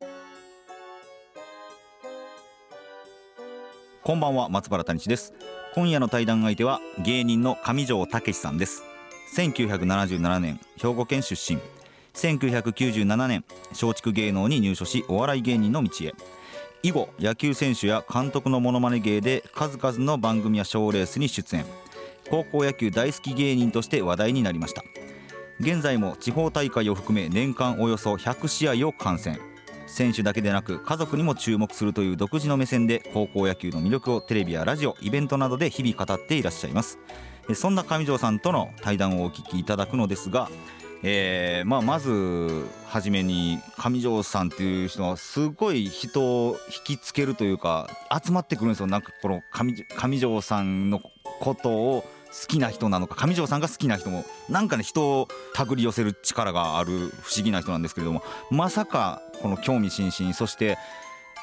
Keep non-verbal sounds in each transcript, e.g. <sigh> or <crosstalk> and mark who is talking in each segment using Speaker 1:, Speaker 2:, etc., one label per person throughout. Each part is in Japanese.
Speaker 1: う
Speaker 2: こんばんは松原谷志です今夜の対談相手は芸人の上条武さんです1977年兵庫県出身1997年松竹芸能に入所しお笑い芸人の道へ以後野球選手や監督のモノマネ芸で数々の番組や賞ーレースに出演高校野球大好き芸人として話題になりました現在も地方大会を含め年間およそ100試合を観戦選手だけでなく家族にも注目するという独自の目線で高校野球の魅力をテレビやラジオイベントなどで日々語っていらっしゃいますえそんな上条さんとの対談をお聞きいただくのですが、えーまあ、まず初めに上条さんっていう人はすごい人を引きつけるというか集まってくるんですよなんかこの上上条さんのことを好きな人なのか上条さんが好きな人もなんかね人を手繰り寄せる力がある不思議な人なんですけれどもまさかこの興味津々そして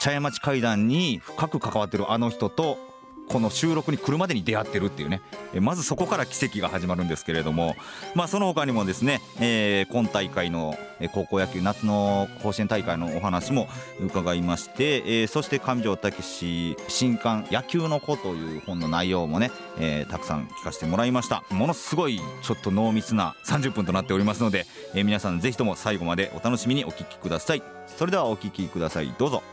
Speaker 2: 茶屋町会談に深く関わってるあの人とこの収録に来るまでに出会ってるっていうねえまずそこから奇跡が始まるんですけれども、まあ、その他にもですね、えー今大会のえー高校野球夏の甲子園大会のお話も伺いまして、えーそして上条武史新刊「野球の子」という本の内容もね、えーたくさん聞かせてもらいましたものすごいちょっと濃密な30分となっておりますので、えー皆さんぜひとも最後までお楽しみにお聞きくださいそれではお聞きくださいどうぞ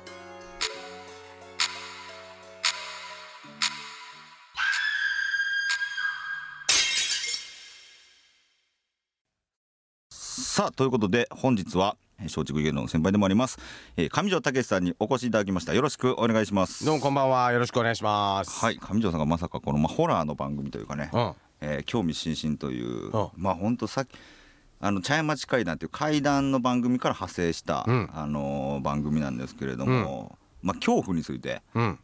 Speaker 2: さあということで本日はえー松竹芸能の先輩でもあります、えー上条武さんにお越しいただきましたよろしくお願いします
Speaker 3: どうもこんばんはよろしくお願いします
Speaker 2: はい上条さんがまさかこの、まあ、ホラーの番組というかね、
Speaker 3: うん
Speaker 2: えー興味津々という、
Speaker 3: うん
Speaker 2: まあほんとさっきあの茶屋町会談という会談の番組から派生した、
Speaker 3: うん
Speaker 2: あのー番組なんですけれども、まあ、恐怖について
Speaker 3: うん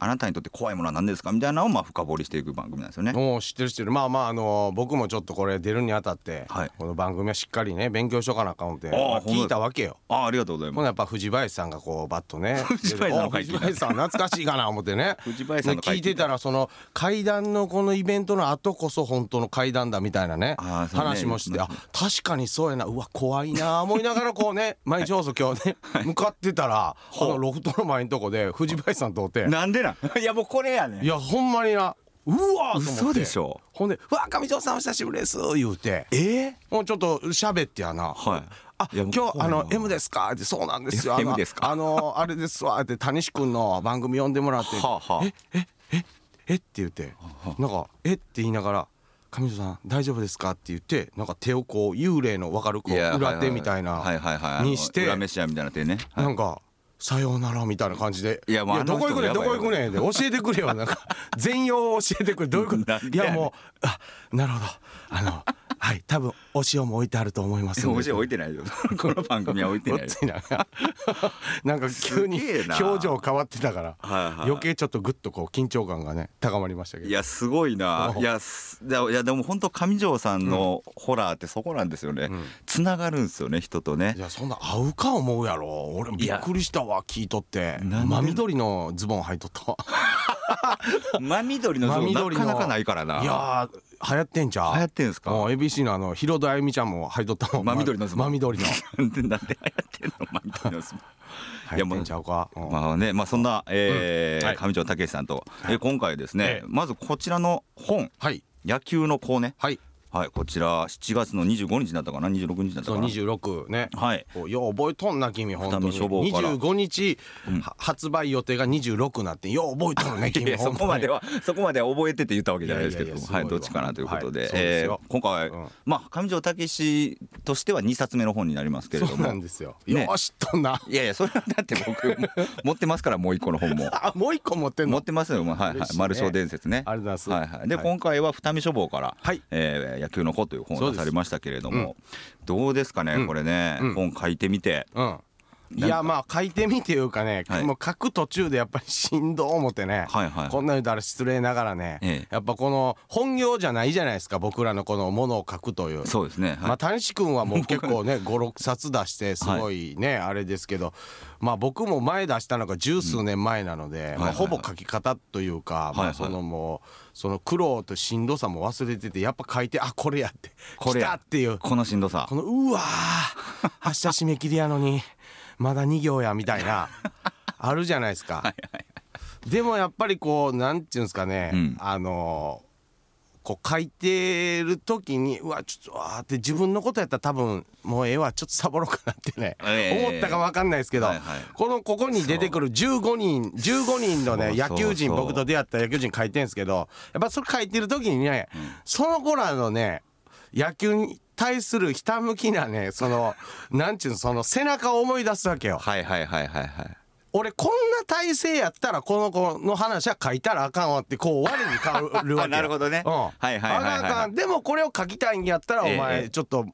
Speaker 2: あなたにとって怖いものは何ですかみたいなのをまあ深掘りしていく番組なんですよね。
Speaker 3: もう知ってる知ってるまあまああのー僕もちょっとこれ出るにあたって、
Speaker 2: はい
Speaker 3: この番組はしっかりね勉強しとかなあかん思って、
Speaker 2: あー
Speaker 3: まあ
Speaker 2: ほんま
Speaker 3: 聞いたわけよ
Speaker 2: あーありがとうござい
Speaker 3: ほ
Speaker 2: ます。
Speaker 3: なやっぱ藤林さんがこうバッとね
Speaker 2: <laughs> 藤林さんの回
Speaker 3: お藤林さん懐かしいかな思ってね
Speaker 2: <laughs> 藤林さんの
Speaker 3: で
Speaker 2: 回
Speaker 3: 聞いてたらその階段のこのイベントの後こそ本当の階段だみたいなね
Speaker 2: あーそうね
Speaker 3: 話もしてあ確かにそうやなうわ怖いなあ思いながら
Speaker 2: <laughs>
Speaker 3: こうね毎日放送今日ね、向かってたらこのロフトの前のとこで藤林さん通って
Speaker 2: なんでなんいやもうこれやね
Speaker 3: いやほんまになうわーと思って
Speaker 2: 嘘でしょ
Speaker 3: ほんで「うわ上条さんお久しぶりです」言うて
Speaker 2: えー、
Speaker 3: もうちょっと喋ってやな「
Speaker 2: はい
Speaker 3: あ
Speaker 2: いや
Speaker 3: 今
Speaker 2: もう
Speaker 3: 日
Speaker 2: 怖
Speaker 3: あ
Speaker 2: いな
Speaker 3: の M ですか?」って「そうなんですよ
Speaker 2: <laughs> M
Speaker 3: あの
Speaker 2: ですか
Speaker 3: あのあれですわ」って「谷志くんの番組呼んでもらって」
Speaker 2: はあはあ
Speaker 3: ええええって言ってなんか「えっ?」て言いながら「上条さん大丈夫ですか?」って言ってなんか手をこう幽霊の分かるこう
Speaker 2: いや
Speaker 3: 裏手みたいな
Speaker 2: はいはいはいはいあの
Speaker 3: にして
Speaker 2: 裏飯屋みたいな手
Speaker 3: <laughs>
Speaker 2: ね、はい
Speaker 3: なんか「さようなら」みたいな感じで「
Speaker 2: いやもうあの
Speaker 3: どこ行くねん
Speaker 2: 人
Speaker 3: ど
Speaker 2: もやば
Speaker 3: こ
Speaker 2: い
Speaker 3: 行くねん」で教えてくれよ
Speaker 2: <laughs>
Speaker 3: なんか全容を教えてくれどういうこと
Speaker 2: なん
Speaker 3: い
Speaker 2: でやねん
Speaker 3: やもうあなるほどあの <laughs> はい多分お塩も置いてあると思いますんで
Speaker 2: おじ置いてないよ <laughs> この番組は置いて
Speaker 3: ご
Speaker 2: な
Speaker 3: っ <laughs>
Speaker 2: いよ
Speaker 3: ついな
Speaker 2: <laughs>
Speaker 3: なんか急に
Speaker 2: すげえな
Speaker 3: 表情変わってたから
Speaker 2: はいはい
Speaker 3: 余計ちょっとグッとこう緊張感がね高まりましたけ
Speaker 2: い
Speaker 3: ど
Speaker 2: やすごいな
Speaker 3: <laughs> お
Speaker 2: いやすいやいやでも本当上条さんのホラーってそこなんですよね、
Speaker 3: ん
Speaker 2: つながるんですよね人とね
Speaker 3: いやそんな合うか思うやろ俺びっくりしたわ聞いとって
Speaker 2: なんで
Speaker 3: 真緑のズボン履いとったわ
Speaker 2: 真緑の
Speaker 3: 真
Speaker 2: 像
Speaker 3: 緑
Speaker 2: な
Speaker 3: の
Speaker 2: かなかないからない
Speaker 3: やー流行ってんちゃう
Speaker 2: 流行ってんすか
Speaker 3: もう ABC のあのヒロドあゆみちゃんも入っとったもん
Speaker 2: 真緑のズボン
Speaker 3: 真
Speaker 2: <laughs>
Speaker 3: 緑の
Speaker 2: <laughs> なんでなんで流行ってんの真緑のズボンい
Speaker 3: 入
Speaker 2: や
Speaker 3: っ
Speaker 2: も
Speaker 3: て
Speaker 2: うん
Speaker 3: ちゃうか、 <laughs> うん
Speaker 2: まあねまあそんな、えー
Speaker 3: うんはい
Speaker 2: 上条武さんと、えー今回ですね、
Speaker 3: ええ
Speaker 2: まずこちらの本
Speaker 3: はい
Speaker 2: 野球の子ね
Speaker 3: はい
Speaker 2: はいこちら7月の25日だったかな26日だった
Speaker 3: そ
Speaker 2: か
Speaker 3: う
Speaker 2: な
Speaker 3: 26ね
Speaker 2: はい
Speaker 3: およう覚えとんな君本当に
Speaker 2: 二見書房から
Speaker 3: 25日、は発売予定が26なってよう覚えとるね
Speaker 2: い
Speaker 3: 君
Speaker 2: やそ
Speaker 3: 本当に
Speaker 2: こまではそこまでは覚えてって言ったわけじゃないですけ
Speaker 3: い
Speaker 2: ど
Speaker 3: やいやいや
Speaker 2: はい
Speaker 3: すごいわ
Speaker 2: どっちかなということで,、
Speaker 3: はいそうです
Speaker 2: えー
Speaker 3: よ
Speaker 2: 今回、
Speaker 3: うん
Speaker 2: まあ上条武としては2冊目の本になりますけれど
Speaker 3: そうなん
Speaker 2: も
Speaker 3: ですよ、
Speaker 2: ね
Speaker 3: よう知っとんない <laughs>
Speaker 2: やいやそれはだって僕も持ってますからもう一個の本も
Speaker 3: あもう一個持ってん
Speaker 2: <laughs> 持
Speaker 3: の
Speaker 2: ってますよ、まあはいは
Speaker 3: 嬉し
Speaker 2: い
Speaker 3: いね
Speaker 2: 丸章伝説ね
Speaker 3: ありがとうござい
Speaker 2: は
Speaker 3: ま
Speaker 2: い
Speaker 3: す
Speaker 2: はい、で、
Speaker 3: はい
Speaker 2: 今回は二見書房から、
Speaker 3: はい
Speaker 2: えー野球の子」という本
Speaker 3: そう
Speaker 2: を
Speaker 3: で
Speaker 2: 出
Speaker 3: す
Speaker 2: されましたけれどもどうですかね、
Speaker 3: うん
Speaker 2: これね、
Speaker 3: うん
Speaker 2: 本書いてみて
Speaker 3: うんいやまあ書いてみていうかね、
Speaker 2: はい
Speaker 3: もう書く途中でやっぱりしんどう思ってね、
Speaker 2: はいはい
Speaker 3: こんなん言うたら失礼ながらね、
Speaker 2: ええ
Speaker 3: やっぱこの本業じゃないじゃないですか僕らのこのものを書くという。
Speaker 2: そうですね、はい
Speaker 3: まあ、谷志君はもう結
Speaker 2: <laughs>
Speaker 3: 構ね56冊出してすごいね、あれですけど、まあ、僕も前出したのが十数年前なので、
Speaker 2: い
Speaker 3: ま
Speaker 2: は
Speaker 3: あ、
Speaker 2: い
Speaker 3: ほぼ書き方というか、
Speaker 2: はい
Speaker 3: ま
Speaker 2: は
Speaker 3: あ、
Speaker 2: い
Speaker 3: そのもうその苦労としんどさも忘れててやっぱ書いてあこれやって
Speaker 2: これ
Speaker 3: 来
Speaker 2: や
Speaker 3: たっていう
Speaker 2: このしんどさ
Speaker 3: このうわー明日締め切りやのにまだ2行やみた
Speaker 2: <laughs>
Speaker 3: いなあるじゃないですか。でもやっぱりこうなんていうんですかね、
Speaker 2: うん
Speaker 3: あのーこう書いてる時にうわちょっとわーって自分のことやったら多分もうええわちょっとサボろうかなってね、
Speaker 2: <laughs> ええ
Speaker 3: 思ったか分かんないですけど、
Speaker 2: はいはい
Speaker 3: このここに出てくる15人15人のね
Speaker 2: そうそうそう
Speaker 3: 野球人僕と出会った野球人書いてるんですけどやっぱそれ書いてる時にね、その子らのね野球に対するひたむきなねそのなんちゅうのその背中を思い出すわけよ。
Speaker 2: はいはいはいはいはい
Speaker 3: 俺こんな体勢やったらこの子の話は書いたらあかんわってこう我に変わ
Speaker 2: <laughs>
Speaker 3: るわけよ
Speaker 2: なるほどね
Speaker 3: うん、
Speaker 2: はいはいはいはいはい
Speaker 3: あかんあかんでもこれを書きたいんやったらお
Speaker 2: え
Speaker 3: 前
Speaker 2: え
Speaker 3: ちょっと、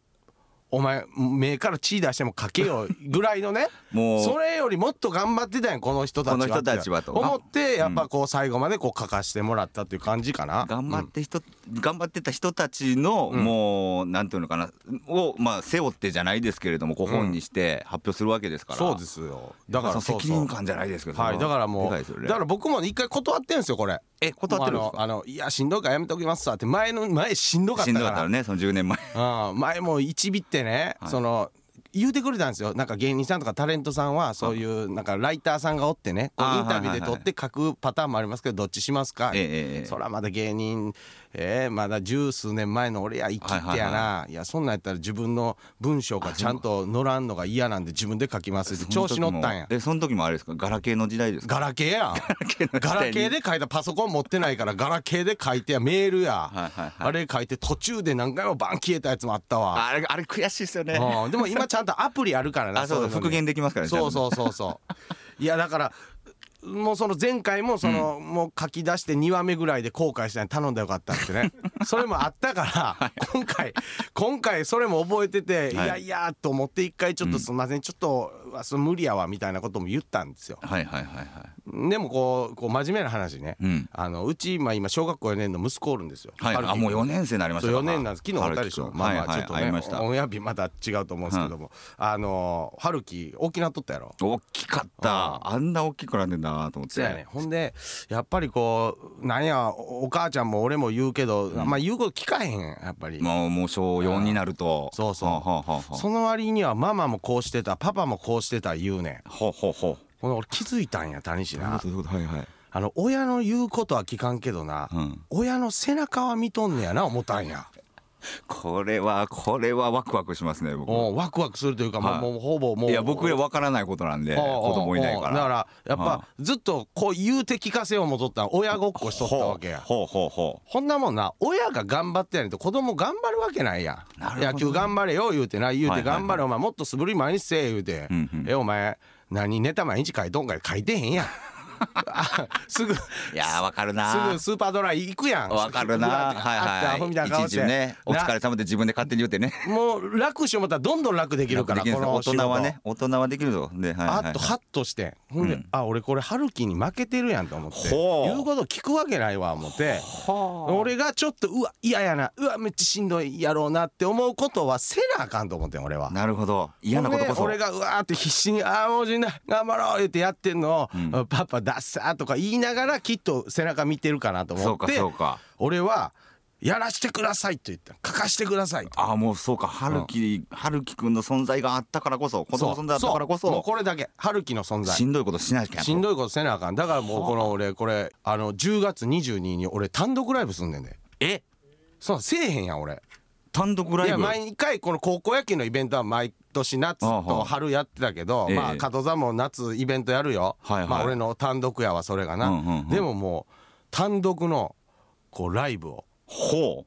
Speaker 3: お前目から血出しても書けよぐらいのね
Speaker 2: <laughs> もう
Speaker 3: それよりもっと頑張ってたんやこの人たちはって
Speaker 2: この人たちはと
Speaker 3: 思ってやっぱこう最後までこう書かしてもらったっていう感じかな
Speaker 2: 頑張って人、頑張ってた人たちの、もうなんていうのかなをまあ背負ってじゃないですけれどもご本にして発表するわけですから、
Speaker 3: そうですよだから
Speaker 2: その
Speaker 3: そうそう
Speaker 2: 責任感じゃないですけど
Speaker 3: はい、だからも
Speaker 2: で
Speaker 3: う、
Speaker 2: いですよね
Speaker 3: だから僕も一回断ってんですよこれ
Speaker 2: え断ってるんですか
Speaker 3: もうあのあのいやしんどいからやめときますわって前の前しんどかっ
Speaker 2: し
Speaker 3: た
Speaker 2: ん
Speaker 3: か
Speaker 2: ど
Speaker 3: ら
Speaker 2: かったらねその10年前
Speaker 3: うん、前も一ビってね、
Speaker 2: はい
Speaker 3: その言うてくれたんですよなんか芸人さんとかタレントさんはそういうなんかライターさんがおってねこう
Speaker 2: あー
Speaker 3: インタビューで撮って書くパターンもありますけどどっちしますか、
Speaker 2: ええええ
Speaker 3: そらまだ芸人、えーまだ十数年前の俺や生きってやな、
Speaker 2: はいはい
Speaker 3: いやそんなんやったら自分の文章がちゃんと乗らんのが嫌なんで自分で書きますって調子乗ったんや
Speaker 2: その時も。えその時もあれですかガラケーの時代ですか
Speaker 3: ガラケー
Speaker 2: <laughs>
Speaker 3: やんガラケーで書いたパソコン持ってないからガラケーで書いてやメールや、
Speaker 2: はいはいはい
Speaker 3: あれ書いて途中で何回もバン消えたやつもあったわ
Speaker 2: あれあれ悔しいですよね
Speaker 3: うんでも今ちゃんとアプリあるからな
Speaker 2: あそうそう復元
Speaker 3: で
Speaker 2: できますからね
Speaker 3: そう
Speaker 2: う
Speaker 3: そうそうそういやだからもうその前回もその、もう書き出して2話目ぐらいで後悔したに頼んだらよかったっ
Speaker 2: <laughs>
Speaker 3: てねそれもあったから今回今回それも覚えてて、
Speaker 2: はい
Speaker 3: い、やいやと思って一回ちょっとすんません、ちょっとうわそれ無理やわみたいなことも言ったんですよ
Speaker 2: はいはいはいはい
Speaker 3: でもこうこう真面目な話ね、
Speaker 2: うん
Speaker 3: あのうち今今小学校4年の息子おるんですよ、
Speaker 2: はい
Speaker 3: 春樹
Speaker 2: あもう4年生になりまし
Speaker 3: そ
Speaker 2: たか
Speaker 3: う4年なんです昨日おったでし
Speaker 2: 春
Speaker 3: ょ
Speaker 2: 樹君
Speaker 3: まあま
Speaker 2: はいは
Speaker 3: あ
Speaker 2: い
Speaker 3: ちょっと
Speaker 2: あり
Speaker 3: ね
Speaker 2: ました
Speaker 3: オンエア日また違うと思うんですけども、あのー春樹沖縄とったやろ
Speaker 2: 大きかったあんな大きくなってんだなと思って
Speaker 3: そうやねほんでやっぱりこうなんやおお母ちゃんも俺も言うけど、まあ言うこと聞かへんやっぱり、
Speaker 2: もうもう小4になると
Speaker 3: そうそう
Speaker 2: はあはあはあは
Speaker 3: その割にはママもこうしてたパパもこうしてた言うねん
Speaker 2: あほうほうほう
Speaker 3: ほんで俺気づいたんや谷氏な
Speaker 2: そういうことはいはい
Speaker 3: あの親の言うことは聞かんけどな、
Speaker 2: うん
Speaker 3: 親の背中は見とんねやな思ったんや。
Speaker 2: これはこれはワクワクしますね僕
Speaker 3: おワクワクするというか、もう
Speaker 2: はい
Speaker 3: もうほぼもう
Speaker 2: いや僕ら分からないことなんで子供いないから
Speaker 3: だからやっ
Speaker 2: は
Speaker 3: ぱずっとこう言うて聞かせようもとったん親ごっこしとったわけや
Speaker 2: ほうほうほ
Speaker 3: ほんなもんな親が頑張ってやねんと子供頑張るわけないやん
Speaker 2: なるほど
Speaker 3: 野球頑張れよ言うてな言う
Speaker 2: はい
Speaker 3: て
Speaker 2: はいはい
Speaker 3: 頑張れお前もっと素振り毎日せえ言うて
Speaker 2: うんうん
Speaker 3: えお前何ネタ毎日書いとんかい書いてへ
Speaker 2: <laughs>
Speaker 3: んやんあすぐ
Speaker 2: ういやー分かるな
Speaker 3: すぐスーパードライ行くやん
Speaker 2: 分かるなは
Speaker 3: あってあっ
Speaker 2: い
Speaker 3: てアホみた
Speaker 2: はいい
Speaker 3: な顔
Speaker 2: いち
Speaker 3: し
Speaker 2: い
Speaker 3: て
Speaker 2: ちねお疲れ様で自分で勝手に言うてね
Speaker 3: なもう楽しよう思ったらどんどん楽できるから
Speaker 2: でき
Speaker 3: こ
Speaker 2: るんです大
Speaker 3: の仕事
Speaker 2: 人はね大人はできるぞではいはい
Speaker 3: あっとハッとしてほんで、あ俺これ春樹に負けてるやんと思って
Speaker 2: ほう
Speaker 3: 言うこと聞くわけないわ思って俺がちょっとうわ嫌やなうわめっちゃしんどいやろうなって思うことはせなあかんと思ってん俺は。
Speaker 2: なるほど嫌なことこそ
Speaker 3: ほんで俺がうわーって必死に「ああもうしんどい頑張ろう」言ってやってんのを、パパダッサー」とか言いながらきっと背中見てるかなと
Speaker 2: そ
Speaker 3: 思
Speaker 2: う
Speaker 3: っ
Speaker 2: か
Speaker 3: て
Speaker 2: そうか
Speaker 3: 俺は「やらしてください」と言った書かしてくださいと
Speaker 2: ああもうそうか春樹春樹くんの存在があったからこそ子供の存在あったからこ
Speaker 3: うもう
Speaker 2: そ
Speaker 3: これだけ春樹の存在
Speaker 2: しんどいことしなきゃ
Speaker 3: しんどいことせなあかんだからもうこの俺これあの10月22に俺単独ライブすんねんで
Speaker 2: え
Speaker 3: そんなんせえへんやん俺
Speaker 2: 単独
Speaker 3: い
Speaker 2: ライ
Speaker 3: や
Speaker 2: ブ
Speaker 3: 毎回この高校野球のイベントは毎年夏
Speaker 2: ああは
Speaker 3: と
Speaker 2: あ
Speaker 3: 春やってたけど
Speaker 2: ええ
Speaker 3: まあ加藤さんも夏イベントやるよ
Speaker 2: はいはい
Speaker 3: まあ俺の単独やわそれが
Speaker 2: うんうんう
Speaker 3: なんでももう単独のこうライブを
Speaker 2: ほう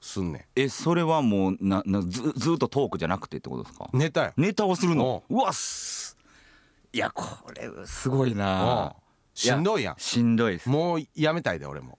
Speaker 3: すんね
Speaker 2: えそれはもうななずずっとトークじゃなくてってことですか
Speaker 3: んネタよ
Speaker 2: ネタをするのうわっすいやこれすごい
Speaker 3: うん
Speaker 2: な
Speaker 3: しんどいやん
Speaker 2: しんどいです
Speaker 3: もうやめたいで俺も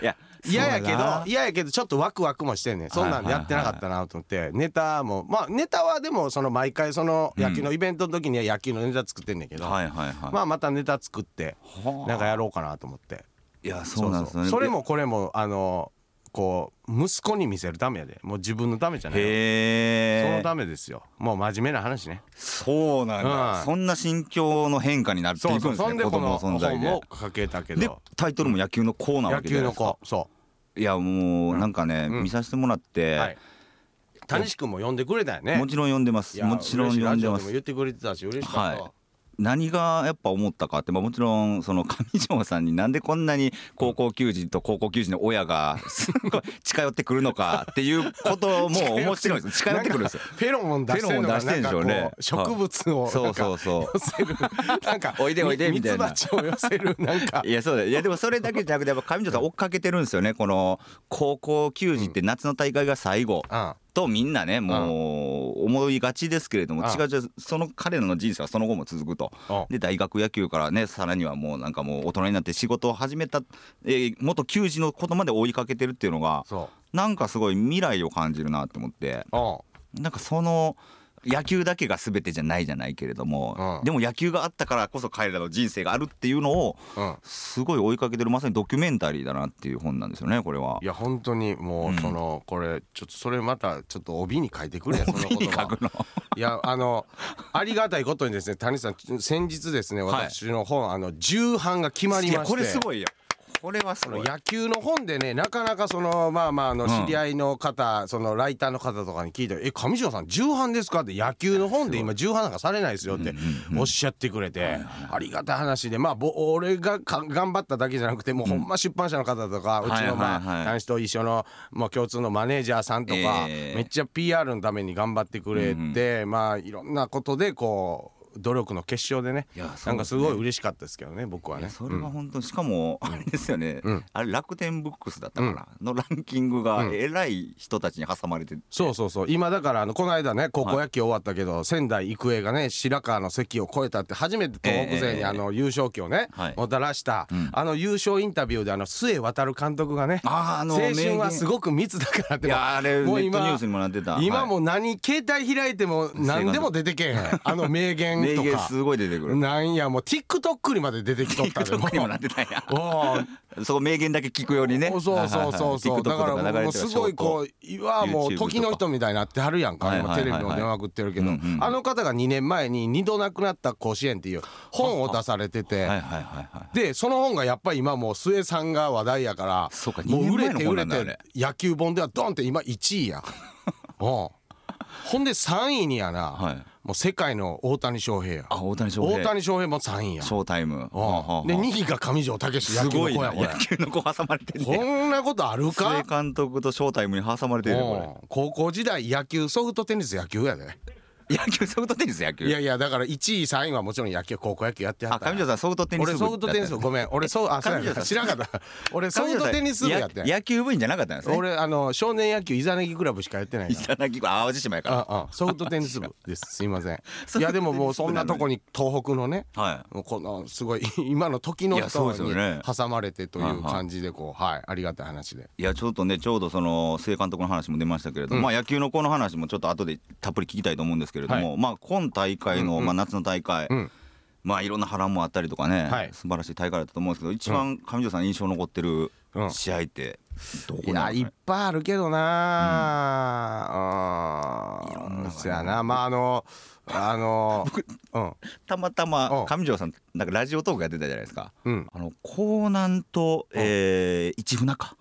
Speaker 2: いや
Speaker 3: 嫌やけ
Speaker 2: そう
Speaker 3: ど
Speaker 2: な
Speaker 3: 嫌やけどちょっとワクワクもしてんねんそんなんやってなかったなと思ってネタもまあネタはでもその毎回その野球のイベントの時には野球のネタ作ってんねんけど、
Speaker 2: はいはいはい、
Speaker 3: まあまたネタ作って
Speaker 2: はあ
Speaker 3: なんかやろうかなと思って
Speaker 2: いやそうなんですよね
Speaker 3: それもこれもあのこう息子に見せるためやでもう自分のためじゃないよそ
Speaker 2: へ
Speaker 3: の
Speaker 2: え
Speaker 3: ためですよもう真面目な話ね
Speaker 2: そうなんだ、
Speaker 3: うん
Speaker 2: そんな心境の変化になっていくんですね
Speaker 3: そんで
Speaker 2: 子
Speaker 3: こ
Speaker 2: 供
Speaker 3: の
Speaker 2: の存在
Speaker 3: 本
Speaker 2: で
Speaker 3: もかけたけ
Speaker 2: で
Speaker 3: ど
Speaker 2: タイトルも野球の子なわ
Speaker 3: 野
Speaker 2: けじ
Speaker 3: 球
Speaker 2: ゃない
Speaker 3: の
Speaker 2: ですか
Speaker 3: 子そ
Speaker 2: いやもうなんかね、
Speaker 3: うん
Speaker 2: 見させてもらっ
Speaker 3: う
Speaker 2: て、
Speaker 3: はい谷志君も呼んでくれたよね
Speaker 2: もちろん読んでま
Speaker 3: い
Speaker 2: す
Speaker 3: や
Speaker 2: もちろん読んでま
Speaker 3: 嬉しいラジオも
Speaker 2: す
Speaker 3: 言ってくれてたし嬉しかったわ
Speaker 2: はい何がやっぱ思ったかって、まあ、もちろんその上条さんになんでこんなに高校球児と高校球児の親
Speaker 3: <laughs>
Speaker 2: がすごい近寄ってくるのかっていうことも面白いです近寄ってくるんですよ。
Speaker 3: フェロモン出してるのが
Speaker 2: フェロモン出して
Speaker 3: なん
Speaker 2: んで
Speaker 3: か
Speaker 2: し
Speaker 3: こ
Speaker 2: ょ
Speaker 3: う
Speaker 2: うね
Speaker 3: 植物を
Speaker 2: そ
Speaker 3: な
Speaker 2: うん
Speaker 3: か
Speaker 2: そうそう
Speaker 3: 寄せるなんか
Speaker 2: おいでおいでみたいな
Speaker 3: ミツバチを寄せるなんか
Speaker 2: いやそうだいやでもそれだけじゃなくてやっぱ上条さん追っかけてるんですよねこの高校球児って夏の大会が最後
Speaker 3: うん
Speaker 2: とみんなねもう思いがちですけれども
Speaker 3: うん
Speaker 2: 違う違うその彼らの人生はその後も続くと
Speaker 3: うん
Speaker 2: で大学野球からねさらにはもうなんかもう大人になって仕事を始めた、えー元球児のことまで追いかけてるっていうのが
Speaker 3: そ
Speaker 2: なんかすごい未来を感じるなと思って
Speaker 3: ううん
Speaker 2: なんかその野球だけが全てじゃないじゃないけれども、
Speaker 3: うん
Speaker 2: でも野球があったからこそ彼らの人生があるっていうのを
Speaker 3: うん。
Speaker 2: すごい追いかけてるまさにドキュメンタリーだなっていう本なんですよねこれはい
Speaker 3: や本当にも
Speaker 2: うん
Speaker 3: うそのこれちょっとそれまたちょっと帯に書いてくれよその
Speaker 2: <laughs> 帯
Speaker 3: 言
Speaker 2: に書
Speaker 3: 葉
Speaker 2: くの
Speaker 3: いやあのありがたいことにですね谷さん先日ですね
Speaker 2: はい
Speaker 3: 私の本あの重版が決まり
Speaker 2: いや
Speaker 3: まして
Speaker 2: これすごいよこれはすごい。
Speaker 3: 野球の本でねなかなかそのまあまああ
Speaker 2: う
Speaker 3: の
Speaker 2: ん
Speaker 3: 知り合いの方、そのライターの方とかに聞いて「え上条さん重版ですか?」って野球の本で今重版なんかされないですよっておっしゃってくれて、ありがたい話でまあぼ俺がか頑張っただけじゃなくてもうほんま出版社の方とか、うちのまあ
Speaker 2: はいはいはい
Speaker 3: 男子と一緒の、まあ、共通のマネージャーさんとか、
Speaker 2: ええ
Speaker 3: めっちゃ PR のために頑張ってくれて、まあいろんなことでこう努力の結晶でね
Speaker 2: いやそうですね
Speaker 3: なんかすごい嬉しかったですけどね僕はね。
Speaker 2: それは本当にしかもあれですよね、
Speaker 3: うん
Speaker 2: あれ楽天ブックスだったかな、のランキングが
Speaker 3: うん
Speaker 2: 偉い人たちに挟まれて、
Speaker 3: そうそうそう今だからあのこの間ね高校野球終わったけど、仙台育英がね白川の関を越えたって初めて東北勢
Speaker 2: え
Speaker 3: に
Speaker 2: え
Speaker 3: あの優勝旗をね、
Speaker 2: はい
Speaker 3: もたらした、
Speaker 2: うん
Speaker 3: あの優勝インタビューであの須江航監督がね
Speaker 2: あーあの
Speaker 3: 青春はす
Speaker 2: い
Speaker 3: ごく密だから」って
Speaker 2: いやあれネ
Speaker 3: もう
Speaker 2: ット
Speaker 3: 今
Speaker 2: ニュースにもなってた
Speaker 3: 今
Speaker 2: は
Speaker 3: もう何携帯開いても何でも出てけへんあの名
Speaker 2: い
Speaker 3: 言
Speaker 2: 名
Speaker 3: と
Speaker 2: 言
Speaker 3: か
Speaker 2: すごい出てくる
Speaker 3: なんやもう TikTok にまで出てきとったで
Speaker 2: TikTok にもなってたんや
Speaker 3: おう
Speaker 2: そこ名言だけ聞くようにね
Speaker 3: おそうそうそうそ
Speaker 2: <laughs>
Speaker 3: う
Speaker 2: TikTok と
Speaker 3: だ
Speaker 2: か
Speaker 3: か
Speaker 2: 流れて
Speaker 3: ら
Speaker 2: る
Speaker 3: もうすごいこういわも
Speaker 2: YouTube
Speaker 3: う
Speaker 2: とか
Speaker 3: 時の人みたいになってはるやんか
Speaker 2: はい
Speaker 3: 今
Speaker 2: はい
Speaker 3: テ
Speaker 2: はい
Speaker 3: レビ
Speaker 2: はい
Speaker 3: の電話食ってるけど
Speaker 2: うんうん
Speaker 3: あの方が2年前に2度亡くなった甲子園っていう本を出されて
Speaker 2: うはい
Speaker 3: て
Speaker 2: はいはいはい
Speaker 3: でその本がやっぱり今もう末さんが話題やから
Speaker 2: そうか
Speaker 3: もう売れ
Speaker 2: 2年前の
Speaker 3: て売
Speaker 2: 本
Speaker 3: れ
Speaker 2: なんだ
Speaker 3: て野球本ではドンって今1位や
Speaker 2: <laughs>
Speaker 3: おうほんで3位にや
Speaker 2: はい
Speaker 3: なもう世界の大谷翔平や
Speaker 2: あ大谷翔平
Speaker 3: 大谷翔平も3位や
Speaker 2: ショータイムはあはあ
Speaker 3: お
Speaker 2: は
Speaker 3: う
Speaker 2: あ
Speaker 3: で2位が上条武史
Speaker 2: す
Speaker 3: 野球の
Speaker 2: ご <laughs> い
Speaker 3: 子
Speaker 2: な
Speaker 3: やこれ
Speaker 2: 野球の子挟まれてるね
Speaker 3: こんなことある
Speaker 2: 須
Speaker 3: か
Speaker 2: 江監督とショータイムに挟まれてるねこ
Speaker 3: うん高校時代野球ソフトテニス野球やで
Speaker 2: れ野球ソフトテニス野球
Speaker 3: いやいやだから1位3位はもちろん野球高校野球やっては
Speaker 2: あ
Speaker 3: った
Speaker 2: 上条さんソフトテニス部
Speaker 3: 俺ソフトテニス部ごめん俺そうあそう
Speaker 2: 上条
Speaker 3: や
Speaker 2: さん
Speaker 3: 知らなかった俺ソ
Speaker 2: 上
Speaker 3: フ
Speaker 2: 条さ
Speaker 3: ト
Speaker 2: ん
Speaker 3: テニス部やってん
Speaker 2: や野球部員じゃなかったんですね
Speaker 3: 俺あの少年野球イザナギクラブしかやってないから
Speaker 2: 北谷君淡路島やか
Speaker 3: ああソフトテニス部ですすいません
Speaker 2: ソフトテニス部 <laughs>
Speaker 3: いやでももうそんなとこに東北のね
Speaker 2: らは
Speaker 3: もうこのすごい今の時の
Speaker 2: いやそう
Speaker 3: 人
Speaker 2: ですよ
Speaker 3: に
Speaker 2: ね
Speaker 3: 挟まれてとい
Speaker 2: はいは
Speaker 3: う
Speaker 2: い
Speaker 3: 感じでこうはいありがたい話で
Speaker 2: いいやちょっとねちょうどその須江監督の話も出ましたけれども、
Speaker 3: うん
Speaker 2: まあ野球の子の話もちょっと後でたっぷり聞きたいと思うんですけれども、まあ今大会の、
Speaker 3: うんうん
Speaker 2: まあ、夏の大会、
Speaker 3: うん
Speaker 2: まあいろんな波乱もあったりとかね、
Speaker 3: はい
Speaker 2: 素晴らしい大会だったと思うんですけど一番上条さん印象残ってる
Speaker 3: うん
Speaker 2: 試合ってどこ
Speaker 3: いや
Speaker 2: ないの
Speaker 3: っぱいあるけど
Speaker 2: うんいろな
Speaker 3: なうん
Speaker 2: のがね
Speaker 3: そやなまああのあのうん
Speaker 2: たまた
Speaker 3: う
Speaker 2: ま
Speaker 3: ん
Speaker 2: 上条さんなんかラジオトークやってたじゃないですか
Speaker 3: うん
Speaker 2: あの江南と、えー、一船か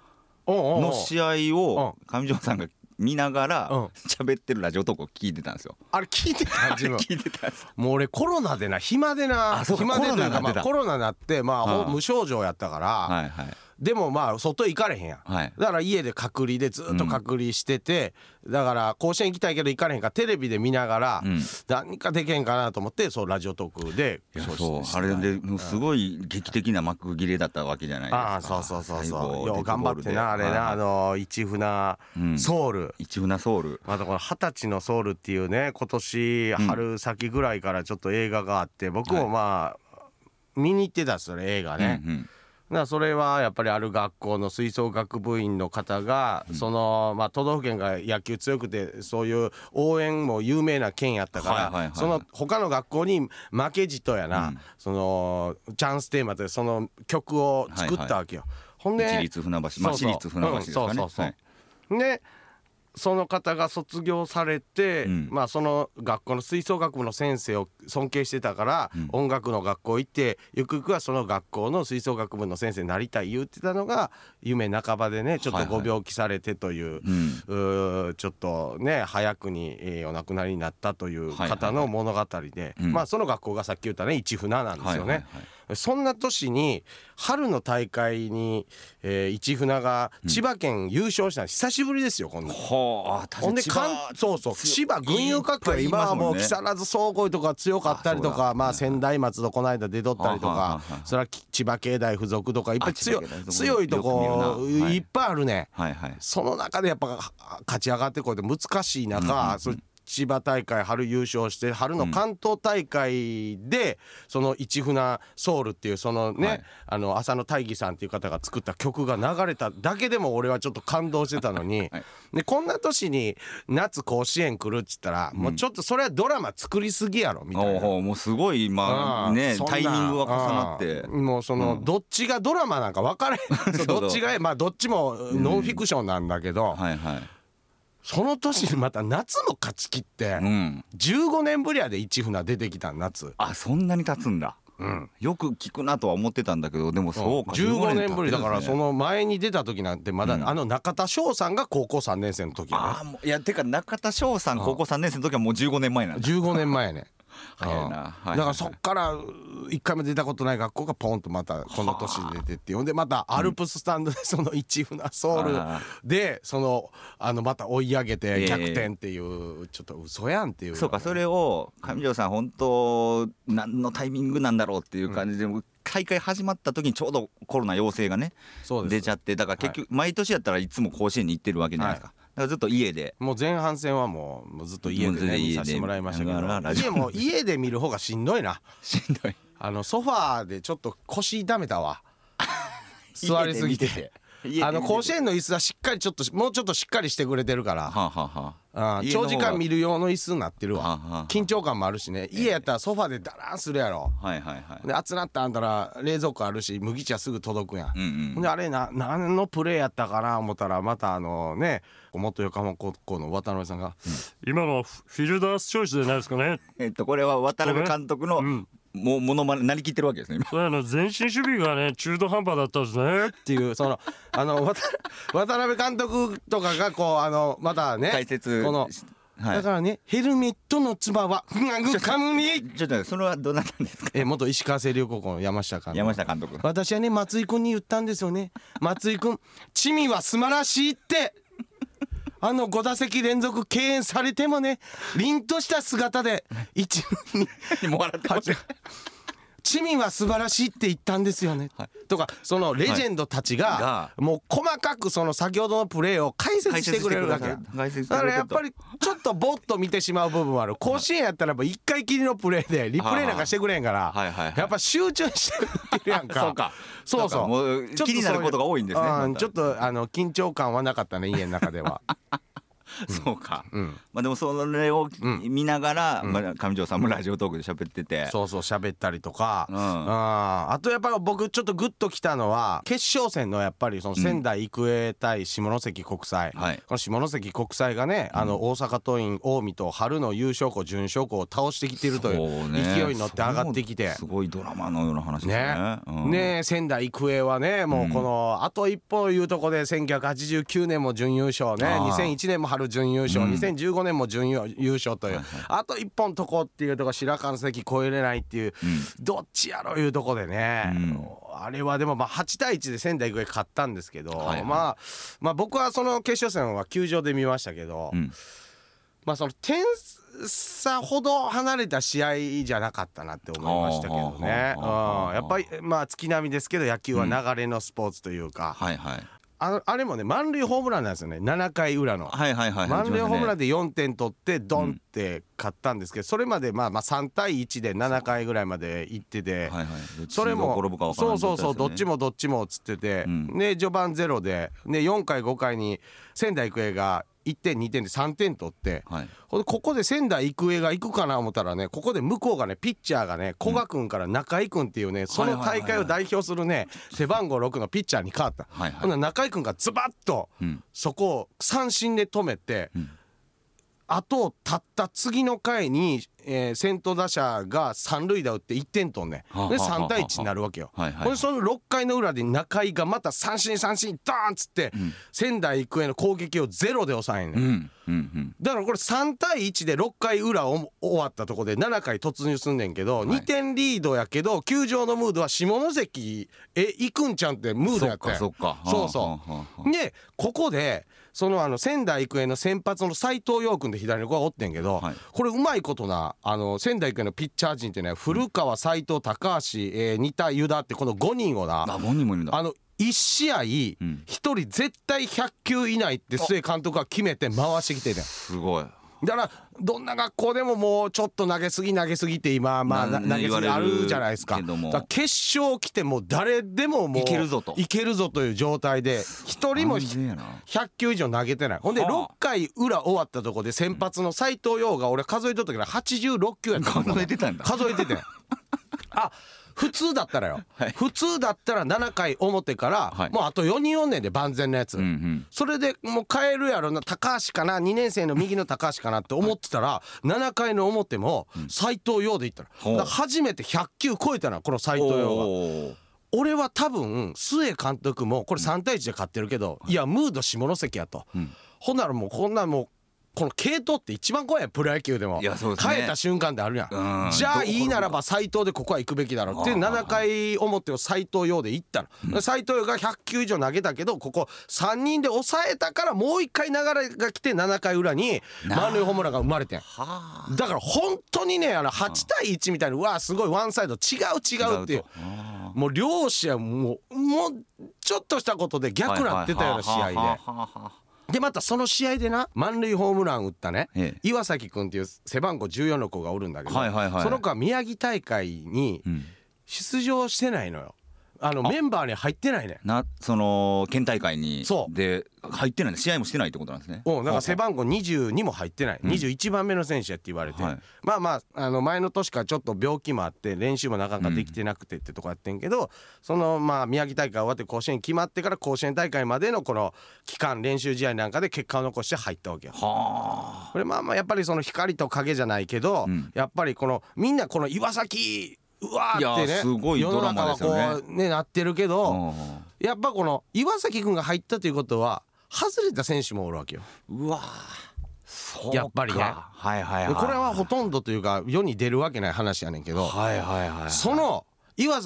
Speaker 3: おうおうおう
Speaker 2: の試合を上条さんが見ながら
Speaker 3: うん
Speaker 2: 喋ってるラジオトークを聞いてたんですよ。
Speaker 3: あれ聞いてた自分
Speaker 2: <laughs> 聞いてたんです
Speaker 3: もう俺コロナでな暇でな
Speaker 2: あそうか
Speaker 3: 暇でというか
Speaker 2: コロナになってた
Speaker 3: まあコロ
Speaker 2: あ
Speaker 3: ナになってまあ
Speaker 2: あ
Speaker 3: ほ無症状やったから、
Speaker 2: はいはい
Speaker 3: でもまあ外行かれへんやん
Speaker 2: はい。
Speaker 3: だから家で隔離でずっと隔離してて、だから甲子園行きたいけど行かれへんからテレビで見ながら、
Speaker 2: うん
Speaker 3: 何かできへんかなと思ってそうラジオトークで
Speaker 2: いや
Speaker 3: そう
Speaker 2: そう
Speaker 3: して
Speaker 2: あれでもうすごい劇的な幕切れだったわけじゃないですか。
Speaker 3: ああそうそうそう
Speaker 2: 最
Speaker 3: そう
Speaker 2: 後
Speaker 3: よう頑張ってなあれな、あ。
Speaker 2: デッドボールではいはい
Speaker 3: の一船
Speaker 2: うん
Speaker 3: ソウル、
Speaker 2: 一船ソウル。
Speaker 3: またこの二十歳のソウルっていうね今年春先ぐらいからちょっと映画があって、僕もまあ、見に行ってたんですよね映画ね、
Speaker 2: うん
Speaker 3: からそれはやっぱりある学校の吹奏楽部員の方が、そのまあ都道府県が野球強くてそういう応援も有名な県やったから、
Speaker 2: はいはいはい
Speaker 3: その他の学校に負けじとやな、
Speaker 2: うん
Speaker 3: そのチャンステーマでその曲を作ったわけよ。ほんで
Speaker 2: 一律船橋まあ
Speaker 3: そう
Speaker 2: 私
Speaker 3: そう
Speaker 2: 立船橋ですか
Speaker 3: うん
Speaker 2: ね
Speaker 3: そうそうそ
Speaker 2: はい
Speaker 3: うでその方が卒業されて、
Speaker 2: うん
Speaker 3: まあ、その学校の吹奏楽部の先生を尊敬してたから、
Speaker 2: うん
Speaker 3: 音楽の学校行ってゆくゆくはその学校の吹奏楽部の先生になりたい言ってたのが夢半ばでねちょっ
Speaker 2: は
Speaker 3: と
Speaker 2: いはい
Speaker 3: ご病気されてという。
Speaker 2: うん
Speaker 3: うーちょっとね早くに、えーお亡くなりになったという方の物語で、
Speaker 2: うん
Speaker 3: まあその学校がさっき言ったね一船なんです
Speaker 2: はいは
Speaker 3: よね。
Speaker 2: いはい
Speaker 3: そんな年に春の大会に、えー市船が千葉県優勝したの、久しぶりですよこんな。
Speaker 2: はあ確か
Speaker 3: ほん
Speaker 2: に
Speaker 3: で
Speaker 2: 千
Speaker 3: かん
Speaker 2: 葉
Speaker 3: そうそう千葉群雄割
Speaker 2: い
Speaker 3: 拠
Speaker 2: っぱいい
Speaker 3: 今
Speaker 2: ます
Speaker 3: はも
Speaker 2: もん
Speaker 3: う
Speaker 2: ね
Speaker 3: 木更津総合とか強かったりと
Speaker 2: あそう
Speaker 3: か
Speaker 2: だ
Speaker 3: まあ仙台松戸この間出とったりと
Speaker 2: はあはあは
Speaker 3: か
Speaker 2: あはあ
Speaker 3: それは千葉経大附属とかいっぱい強い
Speaker 2: あ千葉経大附属
Speaker 3: 強いと
Speaker 2: よく
Speaker 3: こ
Speaker 2: 見るなはい
Speaker 3: いっぱいあるね。
Speaker 2: はいはい
Speaker 3: その中でやっぱ勝ち上がってこうやって難しい
Speaker 2: うんうんう
Speaker 3: 中、
Speaker 2: ん
Speaker 3: そ千葉大会春優勝して春の関東大会で、その市船ソウルっていうそのね、
Speaker 2: はい
Speaker 3: あの浅野大義さんっていう方が作った曲が流れただけでも俺はちょっと感動してたのに、
Speaker 2: <laughs> はい
Speaker 3: でこんな年に夏甲子園来るっつったら、もうちょっとそれはドラマ作りすぎやろみたいな。
Speaker 2: おおもうすごいまあ
Speaker 3: うん
Speaker 2: ね
Speaker 3: そんな
Speaker 2: タイミングが重なって
Speaker 3: うんもうその、
Speaker 2: うん
Speaker 3: どっちがドラマなんか分か
Speaker 2: <laughs>
Speaker 3: れへんそうどっちがまあどっちもノンフィクションなんだけど、
Speaker 2: はいはい
Speaker 3: その年にまた夏も勝ち切って、
Speaker 2: うん
Speaker 3: 15年ぶりやで一船出てきたん夏、
Speaker 2: あそんなに経つんだ
Speaker 3: うん、
Speaker 2: よく聞くなとは思ってたんだけどでもそうか
Speaker 3: 15年ぶりだから
Speaker 2: 経って
Speaker 3: そ
Speaker 2: るんですね
Speaker 3: の前に出た時なんてまだ、あの中田翔さんが高校3年生の時
Speaker 2: あ
Speaker 3: や
Speaker 2: あもういやてか中田翔さん
Speaker 3: うん
Speaker 2: 高校3年生の時はもう15年前な
Speaker 3: ね
Speaker 2: んだ
Speaker 3: 15年前やね
Speaker 2: <laughs> 早いな
Speaker 3: うん
Speaker 2: はいはい
Speaker 3: だからそっから1回も出たことない学校がポンとまたこの年に出てってほんでまたアルプススタンドでその一船ソウル
Speaker 2: あ
Speaker 3: でそのあのまた追い上げ
Speaker 2: え
Speaker 3: て
Speaker 2: え
Speaker 3: 逆転っていうちょっと嘘やんっていう
Speaker 2: そうかそれを上条さん本当何のタイミングなんだろうっていう感じで、大会始まった時にちょうどコロナ陽性がね
Speaker 3: そうです
Speaker 2: 出ちゃってだから結局毎年やったらいつも甲子園に行ってるわけじゃないですか、だからずっと家で
Speaker 3: もう前半戦はもうもうずっと家
Speaker 2: もう
Speaker 3: で
Speaker 2: ずっと
Speaker 3: ね
Speaker 2: 家で
Speaker 3: 見させてもらいましたけど
Speaker 2: だからラジオ
Speaker 3: 家も家で見る方がしんどいな
Speaker 2: しんどい
Speaker 3: あのソファーでちょっと腰痛め
Speaker 2: <laughs>
Speaker 3: たわ座りすぎて
Speaker 2: 家で見てて
Speaker 3: あの甲子園の椅子はしっかりちょっともうちょっとしっかりしてくれてるか
Speaker 2: は
Speaker 3: ら
Speaker 2: あ、はあは
Speaker 3: あー
Speaker 2: 家の方
Speaker 3: 長
Speaker 2: が
Speaker 3: 時間見る用の椅子になってる
Speaker 2: あ、は
Speaker 3: わ
Speaker 2: あは
Speaker 3: 緊張感もあるしね家やったらソファーでダラーンするやろ
Speaker 2: あ、はいはいはい
Speaker 3: で暑なったあんたら冷蔵庫あるし麦茶すぐ届くやん
Speaker 2: うんう
Speaker 3: ほん
Speaker 2: ん
Speaker 3: であれな何のプレーやったかな思ったらまたあのね元横浜高校の渡辺さんが
Speaker 4: 今のはフフィルダースチョイスじゃないですかね。
Speaker 2: えっとこれは渡辺監督の
Speaker 4: ん
Speaker 2: もうモノマネなりきってるわけですね今
Speaker 4: そうあの前進守備がね中途半端だったんですね。
Speaker 3: っていうそのあの渡 <laughs> 渡辺監督とかがこうあのまたね
Speaker 2: 解説
Speaker 3: この、
Speaker 2: しはい
Speaker 3: だからねヘルメットのつばはふがぐかむに
Speaker 2: ちょっとそれはどなたですか
Speaker 3: え元石川星稜高校の山下監督
Speaker 2: 山下監
Speaker 3: <laughs>
Speaker 2: 督
Speaker 3: 私はね松井君に言ったんですよね松井君チミは素晴らしいってあの5打席連続敬遠されてもね凛とした姿で一軍に
Speaker 2: もう笑ってました
Speaker 3: チミは素晴らしいって言ったんですよね、
Speaker 2: はい
Speaker 3: とかそのレジェンドたち
Speaker 2: が
Speaker 3: が、もう細かくその先ほどのプレーを解説してくれるわけだ
Speaker 2: 解説して
Speaker 3: か
Speaker 2: く
Speaker 3: ら
Speaker 2: れて
Speaker 3: や
Speaker 2: る
Speaker 3: っ
Speaker 2: と
Speaker 3: ぱりちょっとぼっと見てしまう部分もあ
Speaker 2: <laughs>
Speaker 3: る甲子園やったらば一回きりのプレーでリプレーなんかしてくれへんから、
Speaker 2: はいはいはい
Speaker 3: やっぱ集中してくれるやんか
Speaker 2: <laughs> そうか
Speaker 3: そうそう
Speaker 2: もう
Speaker 3: ちょっとそう
Speaker 2: 気
Speaker 3: いう
Speaker 2: になることが多いんですね
Speaker 3: あー
Speaker 2: また
Speaker 3: ちょっとあの緊張感はなかったね家の中では
Speaker 2: そうか、
Speaker 3: うん
Speaker 2: <laughs> まあでもそれを
Speaker 3: ん
Speaker 2: 見ながら、まあ、上条さんもラジオトークで喋ってて
Speaker 3: そうそう喋ったりとか、
Speaker 2: うん
Speaker 3: あーあとやっぱ僕ちょっとグッときたのは決勝戦のやっぱりその仙台育英対下関国際、
Speaker 2: はい
Speaker 3: この下関国際がね、あの大阪桐蔭近江と春の優勝校準勝校を倒してきてるという勢いに乗って上がってきて。
Speaker 2: そうすごいドラマのような話ですね
Speaker 3: ね
Speaker 2: うん
Speaker 3: ねえ仙台育英はねもうこのあと一歩いうとこで1989年も準優勝ね
Speaker 2: ああ
Speaker 3: 2001年も春準優勝、2015年も準優優勝という、あと一歩のとこっていうとこ白河の関越えれないっていう、どっちやろいうとこでね、あれはでもまあ8対1で仙台育英勝ったんですけど、
Speaker 2: はいはい
Speaker 3: まあ、まあ僕はその決勝戦は球場で見ましたけど、
Speaker 2: うん
Speaker 3: まあその点差ほど離れた試合じゃなかったなって思いましたけどね。
Speaker 2: あーはあはあはあ
Speaker 3: うんやっぱりまあ月並みですけど野球は流れのスポーツというか、
Speaker 2: はいはい
Speaker 3: ああれもね満塁ホームランなんですよね7回裏の。
Speaker 2: はいはいはい
Speaker 3: 満塁ホームラン
Speaker 2: ン
Speaker 3: で4点取ってドンって勝ったんですけどそれまでまあまあ3対1で7回ぐらいまで行ってて
Speaker 2: はいはい
Speaker 3: それ
Speaker 2: どっちが転ぶか
Speaker 3: も
Speaker 2: 分から
Speaker 3: そ
Speaker 2: ん
Speaker 3: うそうそう
Speaker 2: 状態
Speaker 3: どっ
Speaker 2: です
Speaker 3: ち
Speaker 2: よね
Speaker 3: もどっちもっつってて
Speaker 2: うん
Speaker 3: で序盤ゼロでで4回5回に仙台育英が1点2点で3点取って
Speaker 2: はい
Speaker 3: ほんでここで仙台育英が行くかな思ったらねここで向こうがねピッチャーがね古賀君から中井君っていうねその大会を代表するね背番号6のピッチャーに変わった。
Speaker 2: はいは
Speaker 3: ほ
Speaker 2: い
Speaker 3: んなら中井君がズバッと
Speaker 2: うん
Speaker 3: そこを三振で止めて、
Speaker 2: うん
Speaker 3: 後をたった次の回に、えー先頭打者が三塁打打って1点とんね
Speaker 2: はあ
Speaker 3: で
Speaker 2: はあ
Speaker 3: 3対
Speaker 2: はあ
Speaker 3: 1になるわけよ。
Speaker 2: はいはい
Speaker 3: ほんでその6回の裏で中井がまた三振三振ドーンっつって、
Speaker 2: ん
Speaker 3: 仙台育英の攻撃をゼロで抑えんね、
Speaker 2: うん
Speaker 3: ん、
Speaker 2: うんうん
Speaker 3: だからこれ3対1で6回裏を終わったとこで7回突入すんねんけど、
Speaker 2: い
Speaker 3: 2点リードやけど球場のムードは下関へ行くんちゃんってムード
Speaker 2: そ
Speaker 3: や
Speaker 2: っ
Speaker 3: ったん
Speaker 2: か
Speaker 3: や
Speaker 2: そっか
Speaker 3: そうそう
Speaker 2: う
Speaker 3: でここでそのあの仙台育英の先発の斎藤陽君で左の子がおってんけど、
Speaker 2: はい
Speaker 3: これうまいことなあの仙台育英のピッチャー陣ってね古川斎藤高橋、えー、二田湯田ってこの5人をな
Speaker 2: あ5人もいるんだ
Speaker 3: あの1試合1
Speaker 2: うん
Speaker 3: 人絶対100球以内って須江監督が決めて回してきてね
Speaker 2: すごい
Speaker 3: だからどんな学校でももうちょっと投げすぎ投げすぎって今まあ
Speaker 2: な
Speaker 3: な
Speaker 2: ん
Speaker 3: 投げすぎあるじゃないですか
Speaker 2: 言われるけども
Speaker 3: だから決勝来てもう誰でももう
Speaker 2: いけるぞと
Speaker 3: いけるぞという状態で一人も
Speaker 2: 安全やな
Speaker 3: 100球以上投げてないほんで
Speaker 2: はあ
Speaker 3: 6回裏終わったとこで先発の斎藤陽が俺数えとったけど86球やった
Speaker 2: 数えてたんだ
Speaker 3: 数
Speaker 2: <laughs>
Speaker 3: えててあ普通だったらよ、
Speaker 2: はい
Speaker 3: 普通だったら7回表から、
Speaker 2: はい
Speaker 3: もうあと4人4年で万全なやつ、
Speaker 2: うんうん
Speaker 3: それでもう変えるやろな高橋かな2年生の右の高橋かなって思ってたら7回の表も斎藤陽でいったら,、
Speaker 2: ほう
Speaker 3: 初めて100球超えたなこの斎藤陽が。
Speaker 2: おー
Speaker 3: 俺は多分須江監督もこれ3対1で勝ってるけど、いやムード下関やと、
Speaker 2: うん
Speaker 3: ほんならもうこんなもうこの系統って一番怖いやんプロ野球でも
Speaker 2: いやそうですね
Speaker 3: 変えた瞬間であるやん
Speaker 2: うん
Speaker 3: じゃ
Speaker 2: ど
Speaker 3: あ
Speaker 2: う
Speaker 3: いいならば斎藤でここは行くべきだろうって
Speaker 2: あー
Speaker 3: 7回表を斎藤用で行ったの斎、藤が100球以上投げたけどここ3人で抑えたからもう1回流れが来て7回裏に満塁ホームランが生まれてん
Speaker 2: は
Speaker 3: だから本当にねあの8対1みたいにうわすごいワンサイド違う違うっていう
Speaker 2: とあ
Speaker 3: もう両者もうもうちょっとしたことで
Speaker 2: ー
Speaker 3: 逆なってたような試
Speaker 2: はいはいはあ
Speaker 3: 合
Speaker 2: はあはあ
Speaker 3: ででまたその試合でな満塁ホームラン打ったね
Speaker 2: え
Speaker 3: 岩崎君っていう背番号14の子がおるんだけど
Speaker 2: はいはいはい
Speaker 3: その子は宮城大会に
Speaker 2: うん
Speaker 3: 出場してないのよあのメンバーに入ってないね
Speaker 2: なその県大会に
Speaker 3: そう
Speaker 2: で入ってないんだ試合もしてないってことなんですね
Speaker 3: うん、なんか背
Speaker 2: は
Speaker 3: 番号22も入ってない、21番目の選手やって言われて、
Speaker 2: はい
Speaker 3: まあまああの前の年からちょっと病気もあって練習もなかなかできてなくてってとこやってんけど、そのまあ宮城大会終わって甲子園決まってから甲子園大会までのこの期間練習試合なんかで結果を残して入ったわけよ。
Speaker 2: あは
Speaker 3: これまあまあやっぱりその光と影じゃないけど、
Speaker 2: うん
Speaker 3: やっぱりこのみんなこの岩崎うわーって
Speaker 2: いや
Speaker 3: ね
Speaker 2: ーすごい
Speaker 3: 世
Speaker 2: ド
Speaker 3: の
Speaker 2: ラ
Speaker 3: 中
Speaker 2: マ
Speaker 3: は
Speaker 2: ですよね
Speaker 3: こうねなってるけ
Speaker 2: あ
Speaker 3: ど、
Speaker 2: うん
Speaker 3: やっぱこの岩崎君が入ったということは外れた選手もおるわけよ。
Speaker 2: うわーそうか
Speaker 3: やっぱりね
Speaker 2: はいはいはい
Speaker 3: でこれはほとんどというか世に出るわけない話やねんけど
Speaker 2: はいはいはい
Speaker 3: その岩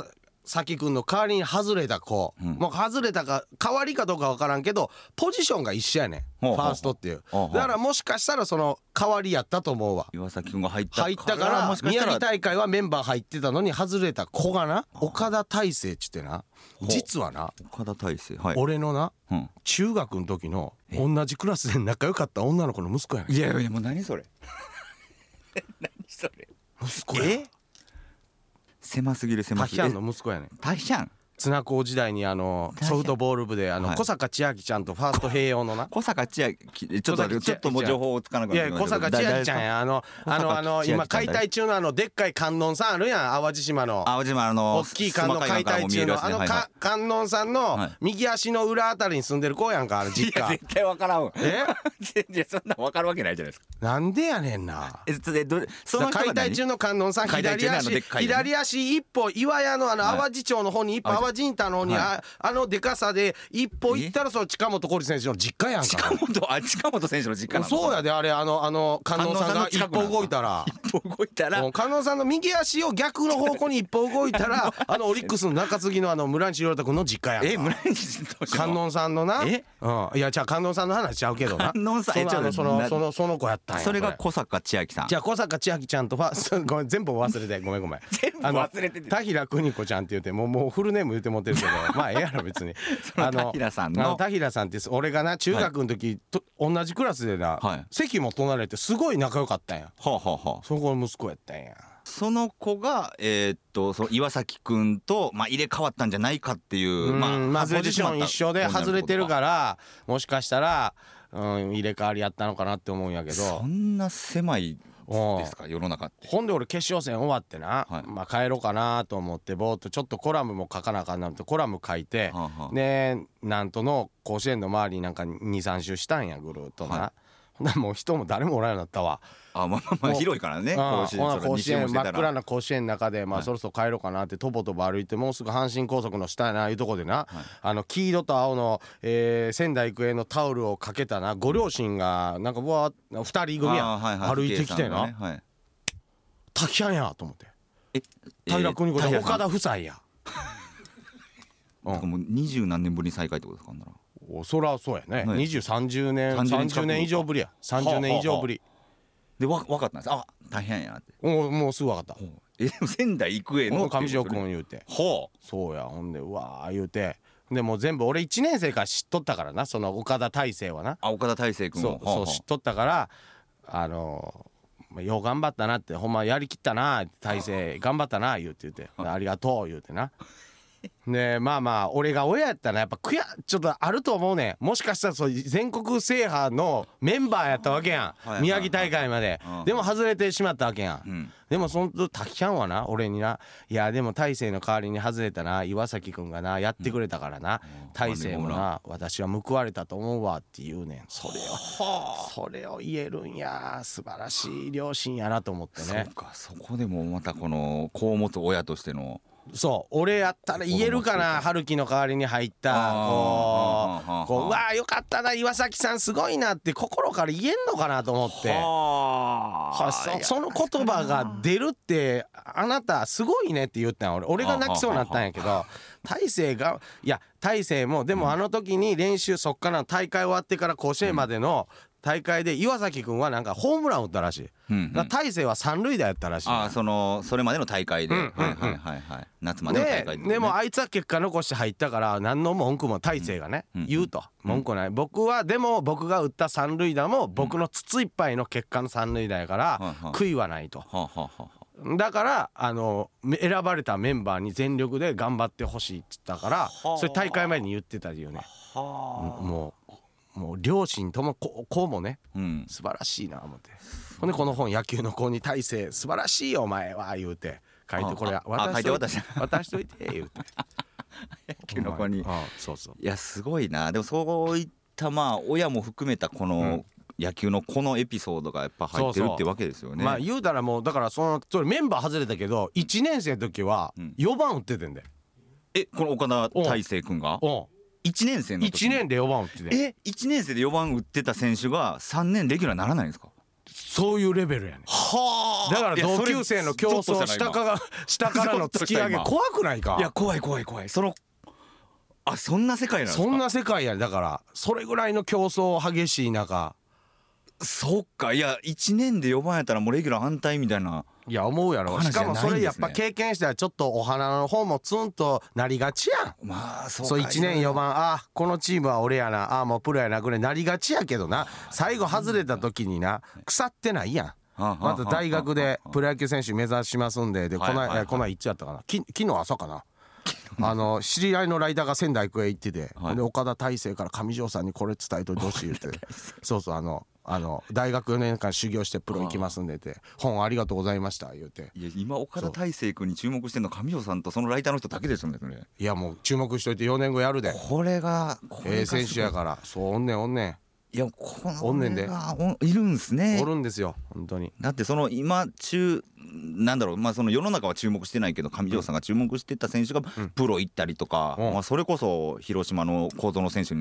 Speaker 3: 崎君の代わりに外れた子、
Speaker 2: うん
Speaker 3: もう外れたか代わりかどうか分からんけどポジションが一緒やねんフ
Speaker 2: ほうほ
Speaker 3: ァ
Speaker 2: うほう
Speaker 3: ーストっていう
Speaker 2: ほうほう
Speaker 3: だからもしかしたらその代わりやったと思うわ
Speaker 2: 岩崎君が入った
Speaker 3: 入ったか
Speaker 2: も
Speaker 3: ら
Speaker 2: しかし
Speaker 3: 宮
Speaker 2: たら
Speaker 3: 城大会はメンバー入ってたのに外れた子がな岡田大成っちってな
Speaker 2: う
Speaker 3: 実はな
Speaker 2: 岡田大成はい
Speaker 3: 俺のな
Speaker 2: うん
Speaker 3: 中学の時の同じクラスで仲良かった女の子の息子やねん
Speaker 2: いやいやもう何それ <laughs> 何それ
Speaker 3: 息子や
Speaker 2: 狭すぎる狭
Speaker 3: タ
Speaker 2: す
Speaker 3: ヒ
Speaker 2: ぎ
Speaker 3: ャ
Speaker 2: る
Speaker 3: ンの息子やねん
Speaker 2: えタヒャン
Speaker 3: 綱高時代にあの
Speaker 2: 大変
Speaker 3: ソフトボール部であの
Speaker 2: はい
Speaker 3: 小坂千秋ちゃんとファースト併用のな。
Speaker 2: 小坂千秋ちょっと待って
Speaker 3: 小坂千秋
Speaker 2: ちょっともう情報をつかなく
Speaker 3: い
Speaker 2: なって
Speaker 3: や
Speaker 2: きま
Speaker 3: 小
Speaker 2: したけど
Speaker 3: 坂千
Speaker 2: だ
Speaker 3: 秋ちゃんやあのあの
Speaker 2: 小
Speaker 3: あ
Speaker 2: 坂
Speaker 3: の
Speaker 2: 千秋ちゃん
Speaker 3: 今解体中のあのでっかい観音さんあるやん淡路島の
Speaker 2: あ、おじまあの
Speaker 3: 大きい観音解体中のあのか観音さんの
Speaker 2: はい
Speaker 3: 右足の裏あたりに住んでる子やんかあの実
Speaker 2: いや
Speaker 3: 家
Speaker 2: 絶対わからんわ。
Speaker 3: え
Speaker 2: <laughs> 全然そんなわかるわけないじゃないですか。
Speaker 3: なんでやねんな
Speaker 2: えそれどれその人
Speaker 3: 解
Speaker 2: が
Speaker 3: 体
Speaker 2: 何
Speaker 3: 中の観音さん
Speaker 2: 解体
Speaker 3: 左
Speaker 2: 中のあの
Speaker 3: 足
Speaker 2: でっかいね
Speaker 3: 左足一歩岩屋のあの
Speaker 2: はい
Speaker 3: 淡路町の方に一歩淡路インターの方に
Speaker 2: は
Speaker 3: ああのでかさで一歩行ったらその近本小里選手の実家やんか
Speaker 2: <laughs> 近本あ近本選手の実家なの。
Speaker 3: そうやであれあのあの観音さんが一歩動いたら
Speaker 2: 一 <laughs> 歩動いたら
Speaker 3: もう観音さんの右足を逆の方向に一歩動い
Speaker 2: <laughs>
Speaker 3: たらあのオリックスの中継ぎのあの村西亮太君の実家やんか
Speaker 2: え村西どうし
Speaker 3: 観音さんのな
Speaker 2: え
Speaker 3: うん、いやじゃあ観音さんの話しちゃうけどな
Speaker 2: 観音さんえ
Speaker 3: そのあの
Speaker 2: ちょ
Speaker 3: そ
Speaker 2: っと
Speaker 3: の
Speaker 2: な
Speaker 3: そのその子やったんや
Speaker 2: それが
Speaker 3: こ
Speaker 2: 小坂千秋さん。
Speaker 3: じゃあ小坂千秋ちゃ <laughs> んとファごめん全部忘れてごめんごめん
Speaker 2: 全部忘れてて
Speaker 3: あの田平邦子ちゃんって言ってもうもうフルネーム言うてもってる
Speaker 2: <laughs>
Speaker 3: けどまあええやろ別に
Speaker 2: その田平さんの
Speaker 3: あ田平さんって俺がな中学の時、と同じクラスでな、
Speaker 2: はい
Speaker 3: 席も隣やってすごい仲良かったんや
Speaker 2: はあ、はあはあ、
Speaker 3: そこの息子やったんや
Speaker 2: その子が、えーっとその岩崎くんと、まあ、入れ替わったんじゃないかっていう、
Speaker 3: うんまあ、
Speaker 2: まあ、
Speaker 3: ポジション一緒で外れてるかららもしかしたら、うん、入れ替わりやったのかなって思うんやけど
Speaker 2: そんな狭いですか世の中って
Speaker 3: ほんで俺決勝戦終わってな、
Speaker 2: はい
Speaker 3: まあ帰ろうかなと思ってぼーっとちょっとコラムも書かなあかんなってコラム書いて、
Speaker 2: はあはあ
Speaker 3: でなんとの甲子園の周りになんか23周したんやぐるーっとな。
Speaker 2: は
Speaker 3: ほんならもう人も誰もおらんようになったわ、
Speaker 2: あまあまあまあ
Speaker 3: もう
Speaker 2: 広いから
Speaker 3: う
Speaker 2: ね
Speaker 3: ん
Speaker 2: 甲子園
Speaker 3: ほ
Speaker 2: そ
Speaker 3: な
Speaker 2: れ
Speaker 3: 甲
Speaker 2: 西
Speaker 3: 子
Speaker 2: も
Speaker 3: 園
Speaker 2: して
Speaker 3: 真った暗
Speaker 2: ら
Speaker 3: な甲子園の中で、ま
Speaker 2: は
Speaker 3: あ、
Speaker 2: い
Speaker 3: そろそろ帰ろうかなってとぼとぼ歩いてもうすぐ阪神高速の下やないうとこでな、
Speaker 2: はい
Speaker 3: あの黄色と青の、えー仙台育英のタオルをかけたなご両親がなんかうわ2人組や
Speaker 2: あ
Speaker 3: ん、
Speaker 2: ーはは
Speaker 3: 歩いてきて
Speaker 2: 圭さ
Speaker 3: な
Speaker 2: んがねはい
Speaker 3: 滝やんやと思って
Speaker 2: えー
Speaker 3: 平君にこ
Speaker 2: 平
Speaker 3: れ
Speaker 2: さん
Speaker 3: 岡田夫妻や。うん
Speaker 2: なんかもう二十何年ぶりに再会ってことですかほんなら
Speaker 3: おそらそうやね、
Speaker 2: はい
Speaker 3: 20、30年、
Speaker 2: 30
Speaker 3: 30
Speaker 2: 年
Speaker 3: 年
Speaker 2: 近く
Speaker 3: 以上ぶりや、30年以上ぶり、
Speaker 2: でわ分かったんですあ大変やなって
Speaker 3: もうもうすぐ分かった、
Speaker 2: ほうえでも仙台育英の
Speaker 3: 上条君
Speaker 2: ん
Speaker 3: 言うて、
Speaker 2: ほう
Speaker 3: そうや、ほんで、うわー言うて、でもう全部、俺、1年生から知っとったからな、その岡田大成はな、
Speaker 2: あ岡田大成君
Speaker 3: そう
Speaker 2: ほ
Speaker 3: そう
Speaker 2: ほ
Speaker 3: 知っとったから、あのーまあよう頑張ったなって、ほんまやりきったな、大成、頑張ったな、言うて言うて、でありがとう、言うてな。 <laughs> ねまあまあ俺が親やったらやっぱ悔やちょっとあると思うねんもしかしたらそう全国制覇のメンバーやったわけや
Speaker 2: はいはいはい
Speaker 3: ん宮城大会まで
Speaker 2: うん
Speaker 3: でも外れてしまったわけや
Speaker 2: うんん
Speaker 3: でもその時滝ちゃんはな俺にないやでも大勢の代わりに外れたな岩崎君がなやってくれたからな
Speaker 2: うん
Speaker 3: 大勢もな私は報われたと思うわって言うねんそれをそれを言えるんや素晴らしい両親やなと思って
Speaker 2: そ
Speaker 3: ね
Speaker 2: うかそこでもまたこの子を持つ親としての
Speaker 3: そう俺やったら言えるかな春樹の代わりに入った
Speaker 2: あ
Speaker 3: こ
Speaker 2: ー
Speaker 3: うこううわーよかったな岩崎さんすごいなって心から言えんのかなと思って
Speaker 2: は
Speaker 3: はそその言葉が出るってあなたすごいねって言ったん俺俺が泣きそうになったんやけど大勢がいや大勢もでもあの時に練習そっからの大会終わってから甲子園までの大会で岩崎君はなんかホームラン打ったらしい、
Speaker 2: うんうん
Speaker 3: だから大勢は三塁打やったらしいね、
Speaker 2: ああそのそれまでの大会で、
Speaker 3: うんうんうん
Speaker 2: はいはいはいはい夏までの大
Speaker 3: で
Speaker 2: 会
Speaker 3: でもあいつは結果残して入ったから何の文句も大勢がね、
Speaker 2: うんうん
Speaker 3: 言うと文句ない、僕はでも僕が打った三塁打も僕の筒いっぱいの結果の三塁打やから、
Speaker 2: はいはい
Speaker 3: 悔いはないと
Speaker 2: はあ、はあはあはあ
Speaker 3: だからあのめ選ばれたメンバーに全力で頑張ってほしいっつったからそれ大会前に言ってたよねうんもうもう両親ともここうもね
Speaker 2: うん
Speaker 3: 素晴らしいな思ってほんでこの本「野球の子に大勢素晴らしいよお前は」言うて書い
Speaker 2: あ
Speaker 3: てこれ
Speaker 2: あ
Speaker 3: 渡しといて
Speaker 2: あ書いて
Speaker 3: 渡しといて言
Speaker 2: <laughs>
Speaker 3: うて
Speaker 2: キノコに
Speaker 3: あそうそう
Speaker 2: いやすごいなでもそういったまあ親も含めたこの野球のこのエピソードがやっぱ入ってる
Speaker 3: そうそう
Speaker 2: ってわけですよね
Speaker 3: まあ言うたらもうだからそのそれメンバー外れたけど1年生の時は
Speaker 2: うん
Speaker 3: 4番打っててんで、
Speaker 2: えこの岡田大成君が
Speaker 3: うん、
Speaker 2: 1年生の時
Speaker 3: 1年で4番打ってて
Speaker 2: え1年生で4番打ってた選手が3年レギュラーならないんですか
Speaker 3: そういうレベルやね
Speaker 2: は
Speaker 3: だから同級生の競争下から下からの突き上げ
Speaker 2: ゾッとした
Speaker 3: 怖くないか
Speaker 2: いや怖い怖い怖いそのあそんな世界なんですか
Speaker 3: そんな世界やねだからそれぐらいの競争激しい中
Speaker 2: そっかいや1年で4番やったらもうレギュラー反対みたいない
Speaker 3: や思うやろ
Speaker 2: 話
Speaker 3: し
Speaker 2: じゃない
Speaker 3: か
Speaker 2: ん
Speaker 3: も
Speaker 2: ですね
Speaker 3: それやっぱ経験したらちょっとお花の方もツンとなりがちやん
Speaker 2: まあそうか
Speaker 3: そう1年4番あーこのチームは俺やなあーもうプロやなぐらいなりがちやけどな最後外れた時にな腐ってないやんまた大学でプロ野球選手目指しますんででこ
Speaker 2: はいはいはい
Speaker 3: ないえこないいつやったかなき昨日朝かな
Speaker 2: <laughs>
Speaker 3: あの知り合いのライダーが仙台育英行ってて、
Speaker 2: はい
Speaker 3: で岡田大成から上条さんにこれ伝えといてほしい言
Speaker 2: <laughs>
Speaker 3: ってそうそうあのあの大学4年間修行してプロ行きますんでって本ありがとうございました言うて
Speaker 2: いや今岡田大成君に注目してるの上条さんとそのライターの人だけですよねそれ
Speaker 3: いやもう注目しといて4年後やるで
Speaker 2: これがこれ
Speaker 3: え
Speaker 2: が
Speaker 3: え選手や
Speaker 2: す
Speaker 3: からそうおんねんおんね
Speaker 2: ごいいやこの
Speaker 3: おんねんで
Speaker 2: これがおいるんすね
Speaker 3: んおるんですよ本当に
Speaker 2: だってその今中なんだろうまあその世の中は注目してないけど上条さんが注目してた選手がプロ行ったりとか、
Speaker 3: うん
Speaker 2: まあ、それこそ広島の小園選手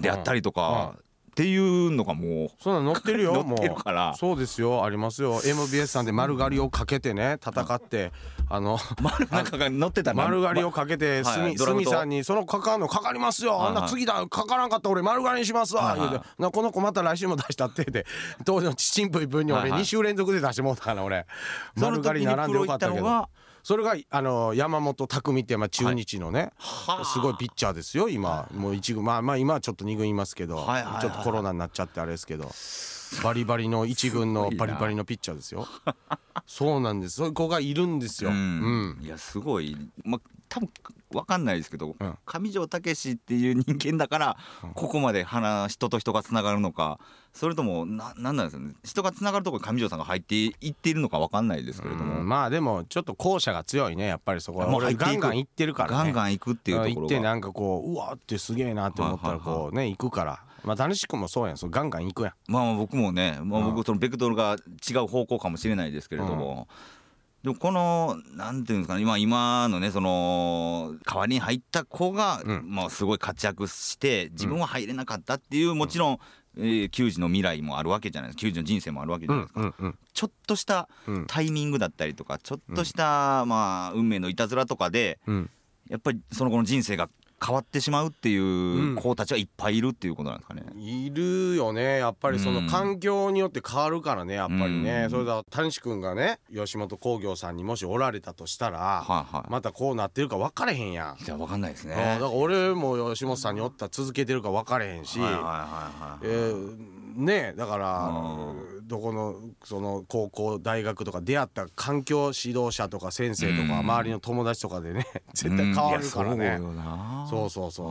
Speaker 2: であったりとか、
Speaker 3: うん
Speaker 2: っていうのがもう
Speaker 3: そんなん乗ってるよ
Speaker 2: <laughs> 乗ってるから
Speaker 3: もうそうですよありますよ MBS さんで丸刈りをかけてね戦ってあの
Speaker 2: 丸中が乗ってたな
Speaker 3: 丸刈りをかけて
Speaker 2: はい
Speaker 3: すみ
Speaker 2: ドラ
Speaker 3: す
Speaker 2: ム
Speaker 3: み
Speaker 2: と
Speaker 3: さんに「そのかかんのかかりますよ
Speaker 2: はい
Speaker 3: あんな次だかからんかったら俺丸刈りにしますわ
Speaker 2: は」いは
Speaker 3: 言
Speaker 2: いう
Speaker 3: て「なこの子また来週も出したって」 <laughs> で当時のちちんぷいぷいに
Speaker 2: は
Speaker 3: 俺
Speaker 2: いはい
Speaker 3: 2週連続で出してもうたから俺
Speaker 2: その
Speaker 3: 丸刈
Speaker 2: 時
Speaker 3: り
Speaker 2: に
Speaker 3: 並ん
Speaker 2: プ
Speaker 3: で
Speaker 2: ロ行
Speaker 3: よか
Speaker 2: っ
Speaker 3: ったた
Speaker 2: の
Speaker 3: けど
Speaker 2: が
Speaker 3: それがあの山本匠ってまあ中日のね、すごいピッチャーですよ今もう一軍まあまあ今はちょっと二軍いますけど、
Speaker 2: はいはいはい
Speaker 3: ちょっとコロナになっちゃってあれですけどバリバリの一軍
Speaker 2: すご
Speaker 3: の
Speaker 2: いな
Speaker 3: バリバリのピッチャーですよそうなんですそういう子がいるんですよ、
Speaker 2: う
Speaker 3: うんん
Speaker 2: いやすごいまあ多分わかんないですけど、
Speaker 3: うん
Speaker 2: 上条武史っていう人間だから、ここまで話人と人がつながるのかそれともななんなんですかね人がつながるところに上条さんが入っていっているのかわかんないですけれども、
Speaker 3: うんまあでもちょっと後者が強いねやっぱりそこは
Speaker 2: もう入
Speaker 3: 俺
Speaker 2: ってい
Speaker 3: ガ
Speaker 2: く
Speaker 3: ンガンいってるからね
Speaker 2: ガンガン行くっていうとこ
Speaker 3: 行
Speaker 2: ろ
Speaker 3: って
Speaker 2: が
Speaker 3: なんかこううわーってすげえなって思ったらこうね行くからまあ楽しくもそうやんそうガンガン行くやん
Speaker 2: まあまあ僕もね、まあ、
Speaker 3: うん
Speaker 2: 僕そのベクトルが違う方向かもしれないですけれども、でもこのなんていうんですかね今今のねその代わりに入った子が、
Speaker 3: うん
Speaker 2: まあ、すごい活躍して自分は入れなかったっていうもちろん、えー球児の未来もあるわけじゃないですか球児の人生もあるわけじゃないですか、
Speaker 3: うんうん
Speaker 2: ちょっとした
Speaker 3: うん
Speaker 2: タイミングだったりとかちょっとした、まあ、運命のいたずらとかで
Speaker 3: うん
Speaker 2: やっぱりその子の人生が変わってしまうっていううん子たちはいっぱいいるっていうことなんですかね。
Speaker 3: いるよねやっぱりそ
Speaker 2: うん
Speaker 3: の環境によって変わるからねやっぱりね、
Speaker 2: うん
Speaker 3: それだ谷志君がね吉本興業さんにもしおられたとしたら、
Speaker 2: はいはい、
Speaker 3: またこうなってるか分かれへんやん、
Speaker 2: いやわかんないですね。
Speaker 3: うんだから俺も吉本さんにおったら続けてるか分かれへんし、
Speaker 2: はいはいはいはい
Speaker 3: えーねえだから、
Speaker 2: う
Speaker 3: どこのその高校大学とか出会った環境指導者とか先生と
Speaker 2: うん
Speaker 3: か周りの友達とかでね <laughs> 絶対変わるから
Speaker 2: いや
Speaker 3: ね
Speaker 2: そうよな
Speaker 3: そうそうそう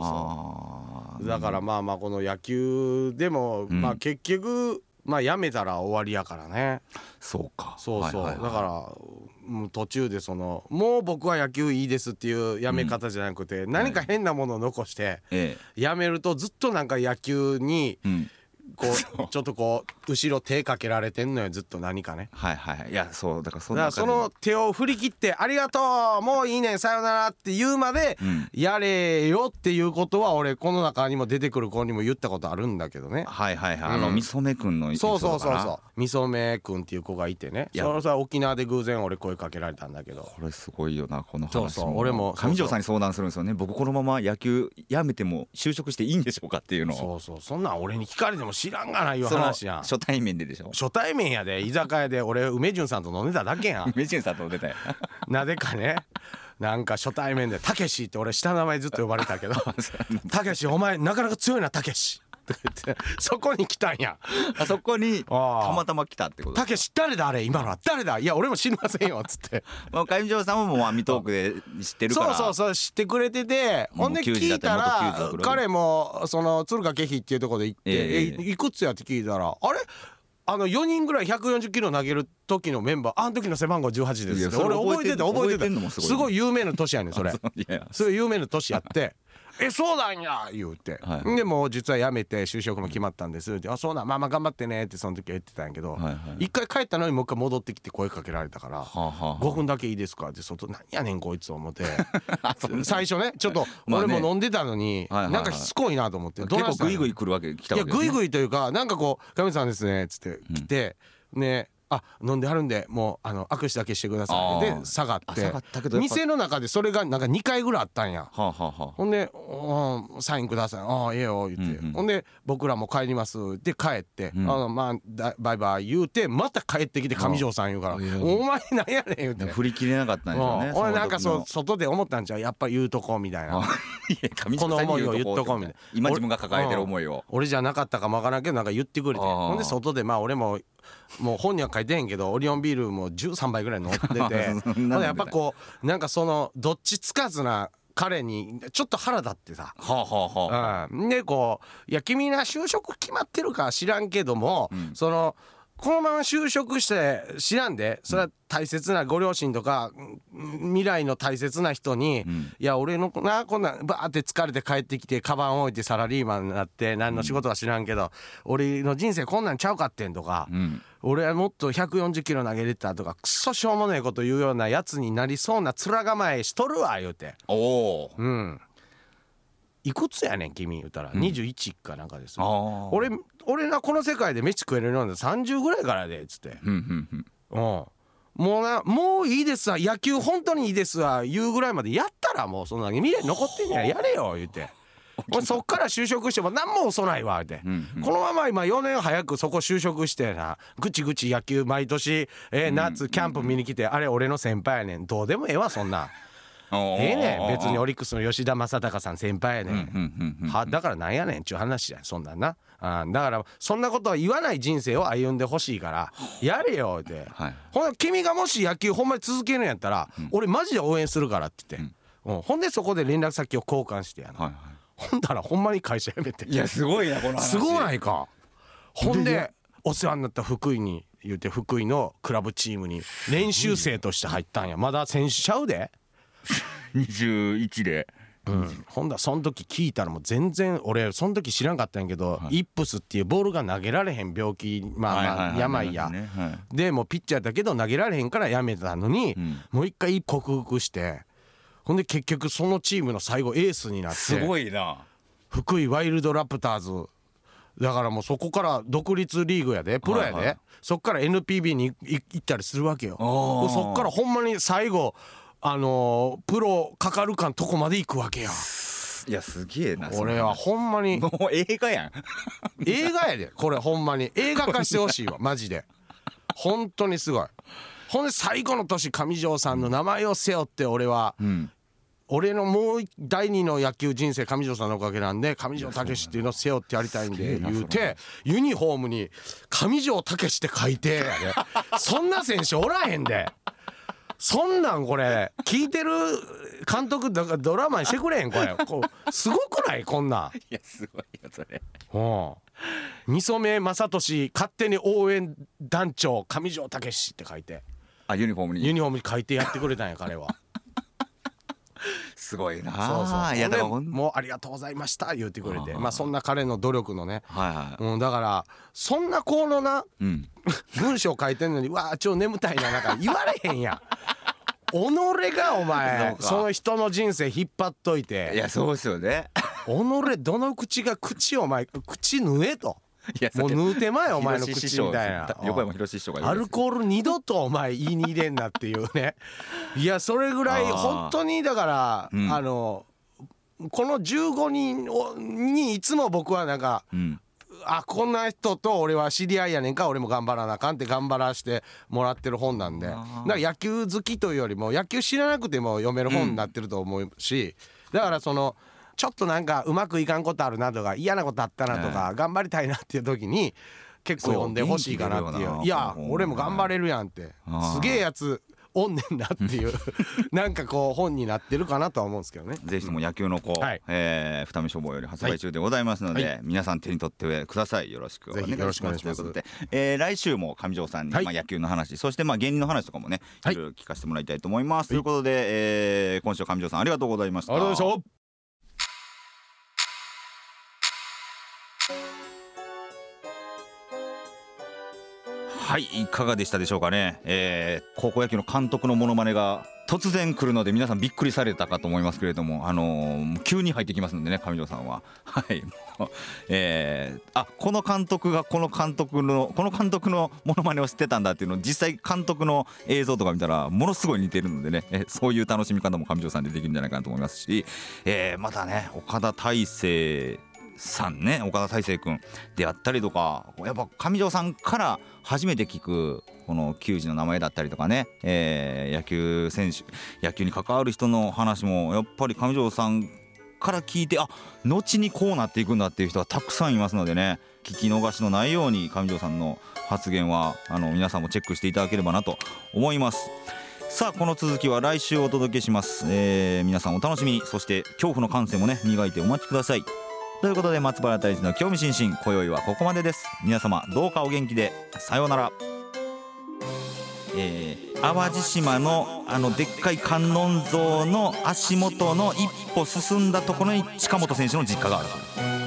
Speaker 2: あ
Speaker 3: そう
Speaker 2: ー
Speaker 3: だからまあまあこの野球でも、
Speaker 2: うん
Speaker 3: まあ結局まあやめたら終わりやからね
Speaker 2: そうか
Speaker 3: そうそう、
Speaker 2: はいはいはい
Speaker 3: だからもう途中でそのもう僕は野球いいですっていうやめ方じゃなくて、何か変なものを残して
Speaker 2: え
Speaker 3: やめるとずっとなんか野球に
Speaker 2: えうん
Speaker 3: こ
Speaker 2: <laughs>
Speaker 3: うちょっとこう後ろ手かけられてんのよずっと何かね
Speaker 2: はいはいはいいやそうだからそ
Speaker 3: だ
Speaker 2: ん
Speaker 3: か
Speaker 2: な
Speaker 3: ら
Speaker 2: 感
Speaker 3: そ
Speaker 2: じ
Speaker 3: の手を振り切って「ありがとうもういいねんさよなら」って言うまで
Speaker 2: うん
Speaker 3: やれよっていうことは俺この中にも出てくる子にも言ったことあるんだけどね
Speaker 2: はいはいはいあの
Speaker 3: うん
Speaker 2: みそめくんの
Speaker 3: そうそうそう
Speaker 2: だか
Speaker 3: そ
Speaker 2: ら
Speaker 3: うみそめくんっていう子がいてね
Speaker 2: いや
Speaker 3: それさ沖縄で偶然俺声かけられたんだけど
Speaker 2: これすごいよなこの話
Speaker 3: そうそう俺も
Speaker 2: 上条さんに相談するんですよね僕このまま野球やめても就職していいんでしょうかっていうのを
Speaker 3: そうそうそんなん俺に聞かれても知らんがないう
Speaker 2: その
Speaker 3: 話やん
Speaker 2: 初対面ででしょ
Speaker 3: 初対面やで居酒屋で俺梅潤さんと飲んでただけやん
Speaker 2: <laughs> メジンさんと出たよ
Speaker 3: なぜかねなんか初対面で「たけし」って俺下の名前ずっと呼ばれた
Speaker 2: <laughs>
Speaker 3: けど「たけしお前なかなか強いなたけし」とか言ってそこに来たんや
Speaker 2: あそこにた
Speaker 3: あー
Speaker 2: またま来たってこ
Speaker 3: 「
Speaker 2: と
Speaker 3: たけし誰だあれ今のは誰だいや俺も知りませんよ」っつって
Speaker 2: まあ上条さんももうアミトークで知ってるか
Speaker 3: そう
Speaker 2: ら
Speaker 3: そうそう知ってくれてて
Speaker 2: もう
Speaker 3: ほんで
Speaker 2: 球児
Speaker 3: 聞
Speaker 2: だっ
Speaker 3: い
Speaker 2: たら元
Speaker 3: た
Speaker 2: 球児だ
Speaker 3: ら
Speaker 2: ったら
Speaker 3: 彼もその敦賀気比っていうところで行って
Speaker 2: ええ
Speaker 3: 「えいくつや?」って聞いたら「あれあの4人ぐらい140キロ投げる時のメンバーあの時の背番号18で
Speaker 2: い
Speaker 3: す」
Speaker 2: や
Speaker 3: って
Speaker 2: それ
Speaker 3: 俺覚えてて
Speaker 2: 覚
Speaker 3: 覚
Speaker 2: えて
Speaker 3: えて
Speaker 2: んのも
Speaker 3: た
Speaker 2: すごい
Speaker 3: すごい有名な年やねんそれ。
Speaker 2: いやいや
Speaker 3: そういう有名な都市やって「 <laughs> えそうなんや」言うて、
Speaker 2: はいはい
Speaker 3: でもう実は辞めて就職も決まったんですって「あそうなんまあまあ頑張ってね」ってその時は言ってたんやけど、
Speaker 2: はいはい
Speaker 3: 一回帰ったのにもう一回戻ってきて声かけられたから
Speaker 2: はあはあ
Speaker 3: 「5分だけいいですか?」って外「何やねんこいつ」
Speaker 2: <laughs>
Speaker 3: 思って最初ねちょっと
Speaker 2: まあ
Speaker 3: 俺
Speaker 2: ね
Speaker 3: も飲んでたのに、
Speaker 2: はいはいはい
Speaker 3: なんかしつこいなと思って
Speaker 2: 結構グイグ
Speaker 3: イ
Speaker 2: イ来るわけ来た
Speaker 3: い
Speaker 2: わ
Speaker 3: や
Speaker 2: けです
Speaker 3: グ
Speaker 2: ね
Speaker 3: イグイというかなんかこう「神さんですね」っつって来て、ねあ飲んではるんでもうあの握手だけしてくだ
Speaker 2: あ
Speaker 3: さい
Speaker 2: ー
Speaker 3: で下が
Speaker 2: あ
Speaker 3: っ
Speaker 2: 下
Speaker 3: て
Speaker 2: がったけどやっぱ
Speaker 3: 店の中でそれがなんか2回ぐらいあったんや
Speaker 2: はあはあはあ
Speaker 3: ほんで「うんサインください」「ああええよ」言って、
Speaker 2: うんうん
Speaker 3: ほんで「僕らも帰ります」で帰って「
Speaker 2: うん
Speaker 3: あのまあだバイバイ」言うてまた帰ってきて上条さん言うから
Speaker 2: あ
Speaker 3: 「
Speaker 2: いや
Speaker 3: お前なんやねん」言うて。
Speaker 2: 振り切れなかったんでしょう
Speaker 3: う
Speaker 2: ね
Speaker 3: ん俺なんかそう
Speaker 2: の時
Speaker 3: 外で思ったんじゃうやっぱ言うとこうみたい
Speaker 2: の
Speaker 3: な
Speaker 2: あいや上
Speaker 3: こ
Speaker 2: 島
Speaker 3: の
Speaker 2: さんに
Speaker 3: 思いを言っ
Speaker 2: う
Speaker 3: とこうみたいな
Speaker 2: 今自分が抱えてる思いを
Speaker 3: 俺じゃなかったかもわからんけどなんか言ってくれて
Speaker 2: あー
Speaker 3: ほんで外でまあ俺ももう本には書いてへんけどオリオンビールも13杯ぐらい飲んでて
Speaker 2: <laughs> そんな
Speaker 3: ほ
Speaker 2: ん
Speaker 3: ん
Speaker 2: で
Speaker 3: でやっぱこうなんかそのどっちつかずな彼にちょっと腹立ってさ
Speaker 2: はあはあはあ
Speaker 3: うん、でこう「いや君な就職決まってるか知らんけども、そのこのまま就職して知らんでそれは大切なご両親とか、うん未来の大切な人に、
Speaker 2: ん
Speaker 3: いや俺のなこんなんバーって疲れて帰ってきてカバン置いてサラリーマンになって何の仕事は知らんけど、俺の人生こんなんちゃうかってんとか。
Speaker 2: うん
Speaker 3: 俺はもっと140キロ投げれたとかクソしょうもないこと言うようなやつになりそうな面構えしとるわ言うて
Speaker 2: おお
Speaker 3: うん。いくつやねん君言うたら、21かなんかです
Speaker 2: ああ
Speaker 3: 俺俺がこの世界で飯食えるのは30ぐらいからやでっつって、
Speaker 2: うんうんうん
Speaker 3: うん、もうなもういいですわ野 <laughs> 球本当にいいですわ言うぐらいまでやったらもうそんな未来残ってんやらやれよ言うて俺そっから就職しても何も遅ないわって、
Speaker 2: うんうん
Speaker 3: このまま今4年早くそこ就職してなぐちぐち野球毎年、えー夏キャンプ見に来て、あれ俺の先輩やねんどうでもええわそんなん
Speaker 2: おー
Speaker 3: ええねん別にオリックスの吉田正尚さん先輩やねん、
Speaker 2: うんうんうん
Speaker 3: はだからなんやねんっちゅう話やそんなんなあだからそんなことは言わない人生を歩んでほしいからやれよって、
Speaker 2: はい
Speaker 3: ほんで君がもし野球ほんまに続けるんやったら、俺マジで応援するからって言って、うんほんでそこで連絡先を交換してやな、
Speaker 2: はいは
Speaker 3: ほんだらほんまに会社辞めて
Speaker 2: いいやすごいなこの話
Speaker 3: すごないいかほんでお世話になった福井に言うて福井のクラブチームに練習生として入ったんやまだ選手ちゃうで。
Speaker 2: 21で
Speaker 3: ほんだらその時聞いたらもう全然俺その時知らんかったんやけど、イップスっていうボールが投げられへん病気まあ
Speaker 2: はいはい
Speaker 3: ま
Speaker 2: は
Speaker 3: あ
Speaker 2: い
Speaker 3: 病や、
Speaker 2: なるほどねはい
Speaker 3: でもうピッチャーだけど投げられへんからやめたのに、
Speaker 2: ん
Speaker 3: もう一回克服してほんで結局そのチームの最後エースになって
Speaker 2: すごいな
Speaker 3: 福井ワイルドラプターズだからもうそこから独立リーグやでプロやで、
Speaker 2: はいはい
Speaker 3: そっから NPB にい行ったりするわけよ
Speaker 2: おー
Speaker 3: そっからほんまに最後あのープロかかるかんとこまで行くわけや
Speaker 2: いやすげえな
Speaker 3: 俺はほんまに
Speaker 2: もう映画
Speaker 3: <laughs>
Speaker 2: やん
Speaker 3: 映画やでこれほんまに映画化してほ <laughs> しいわマジで本当にすごいほんで最後の年上条さんの名前を背負って俺は、俺のもう一第二の野球人生上条さんのおかげなんで上条武っていうのを背負ってやりたいんで言うてユニフォームに「上条武って書いてやでそんな選手おらへんで。そんなんこれ聞いてる監督だからドラマにしてくれへんこれこうすごくないこんなん
Speaker 2: いやすごいやそれ
Speaker 3: うん。みそめ正俊勝手に応援団長上条武史って書いて
Speaker 2: あユニフォームに
Speaker 3: ユニフォームに書いてやってくれたんや
Speaker 2: <laughs>
Speaker 3: 彼は
Speaker 2: すごいな
Speaker 3: そうそう
Speaker 2: いやだから
Speaker 3: ほ
Speaker 2: ほ
Speaker 3: ん
Speaker 2: ん
Speaker 3: でもうありがとうございました言ってくれて
Speaker 2: あー
Speaker 3: まあそんな彼の努力のね、
Speaker 2: はいはい
Speaker 3: うん、だからそんなこのな
Speaker 2: うん
Speaker 3: 文章書いてんのに「わあ超眠たいな」なんか言われへんやん <laughs> 己がお前
Speaker 2: そうか
Speaker 3: その人の人生引っ張っとい
Speaker 2: い
Speaker 3: て
Speaker 2: やそうですよね <laughs>
Speaker 3: 己どの口が口お前口縫えと
Speaker 2: いやそ
Speaker 3: もう
Speaker 2: れ
Speaker 3: 縫うてまえお前の
Speaker 2: 広志師
Speaker 3: 口
Speaker 2: 匠
Speaker 3: みたい
Speaker 2: <laughs>
Speaker 3: な
Speaker 2: た
Speaker 3: うん
Speaker 2: 横山博師匠が言
Speaker 3: ア
Speaker 2: うやつ
Speaker 3: ルコール二度とお前言いに入れんなっていう
Speaker 2: <laughs>
Speaker 3: ねいやそれぐらい
Speaker 2: あー
Speaker 3: 本当にだからあ,、
Speaker 2: ん
Speaker 3: のこの15人をにいつも僕はなんか
Speaker 2: うん
Speaker 3: あこんな人と俺は知り合いやねんか俺も頑張らなあかんって頑張らしてもらってる本なんでだから野球好きというよりも野球知らなくても読める本になってると思うし、だからそのちょっとなんかうまくいかんことあるなとか嫌なことあったなとか、頑張りたいなっていう時に結構読んでほしいかなってい
Speaker 2: そう元気出るよ
Speaker 3: う
Speaker 2: ない
Speaker 3: や
Speaker 2: うん
Speaker 3: 俺も頑張れるやんって
Speaker 2: あー
Speaker 3: すげえやつおんねんなって
Speaker 2: <laughs>
Speaker 3: いうなんかこう本になってるかなとは思うんですけどね。
Speaker 2: ぜひとも野球の子、
Speaker 3: はい
Speaker 2: えー、二見書房より発売中でございますので、皆さん手に取ってくださいよろしくお願いし
Speaker 3: ぜひよろ
Speaker 2: ま
Speaker 3: し
Speaker 2: す
Speaker 3: くお願いします
Speaker 2: ということで、えー、来週も上条さんに、
Speaker 3: はい
Speaker 2: まあ、野球の話そしてまあ芸人の話とかもね、、
Speaker 3: はいい
Speaker 2: ろいろ聞かせてもらいたいと思います、ということで、えー、今週は上条さんありがとうございました
Speaker 3: う
Speaker 2: はいいかがでしたでしょうかね、えー、高校野球の監督のモノマネが突然来るので皆さんびっくりされたかと思いますけれども、あのー急に入ってきますんでね上条さんははい、もうえー、あこの監督がこの監督のこの監督のモノマネを知ってたんだっていうのを実際監督の映像とか見たらものすごい似てるのでね、えーそういう楽しみ方も上条さんでできるんじゃないかなと思いますし、えー、またね岡田大成さんね岡田大成君であったりとかやっぱ上条さんから初めて聞くこの球児の名前だったりとかね、えー野球選手野球に関わる人の話もやっぱり上条さんから聞いてあ後にこうなっていくんだっていう人はたくさんいますのでね聞き逃しのないように上条さんの発言はあの皆さんもチェックしていただければなと思います。さあこの続きは来週お届けします、えー皆さんお楽しみにそして恐怖の感性もね磨いてお待ちくださいということで松原大臣の興味津々今宵はここまでです皆様どうかお元気でさようなら、えー淡路島のあのでっかい観音像の足元の一歩進んだところに近本選手の実家がある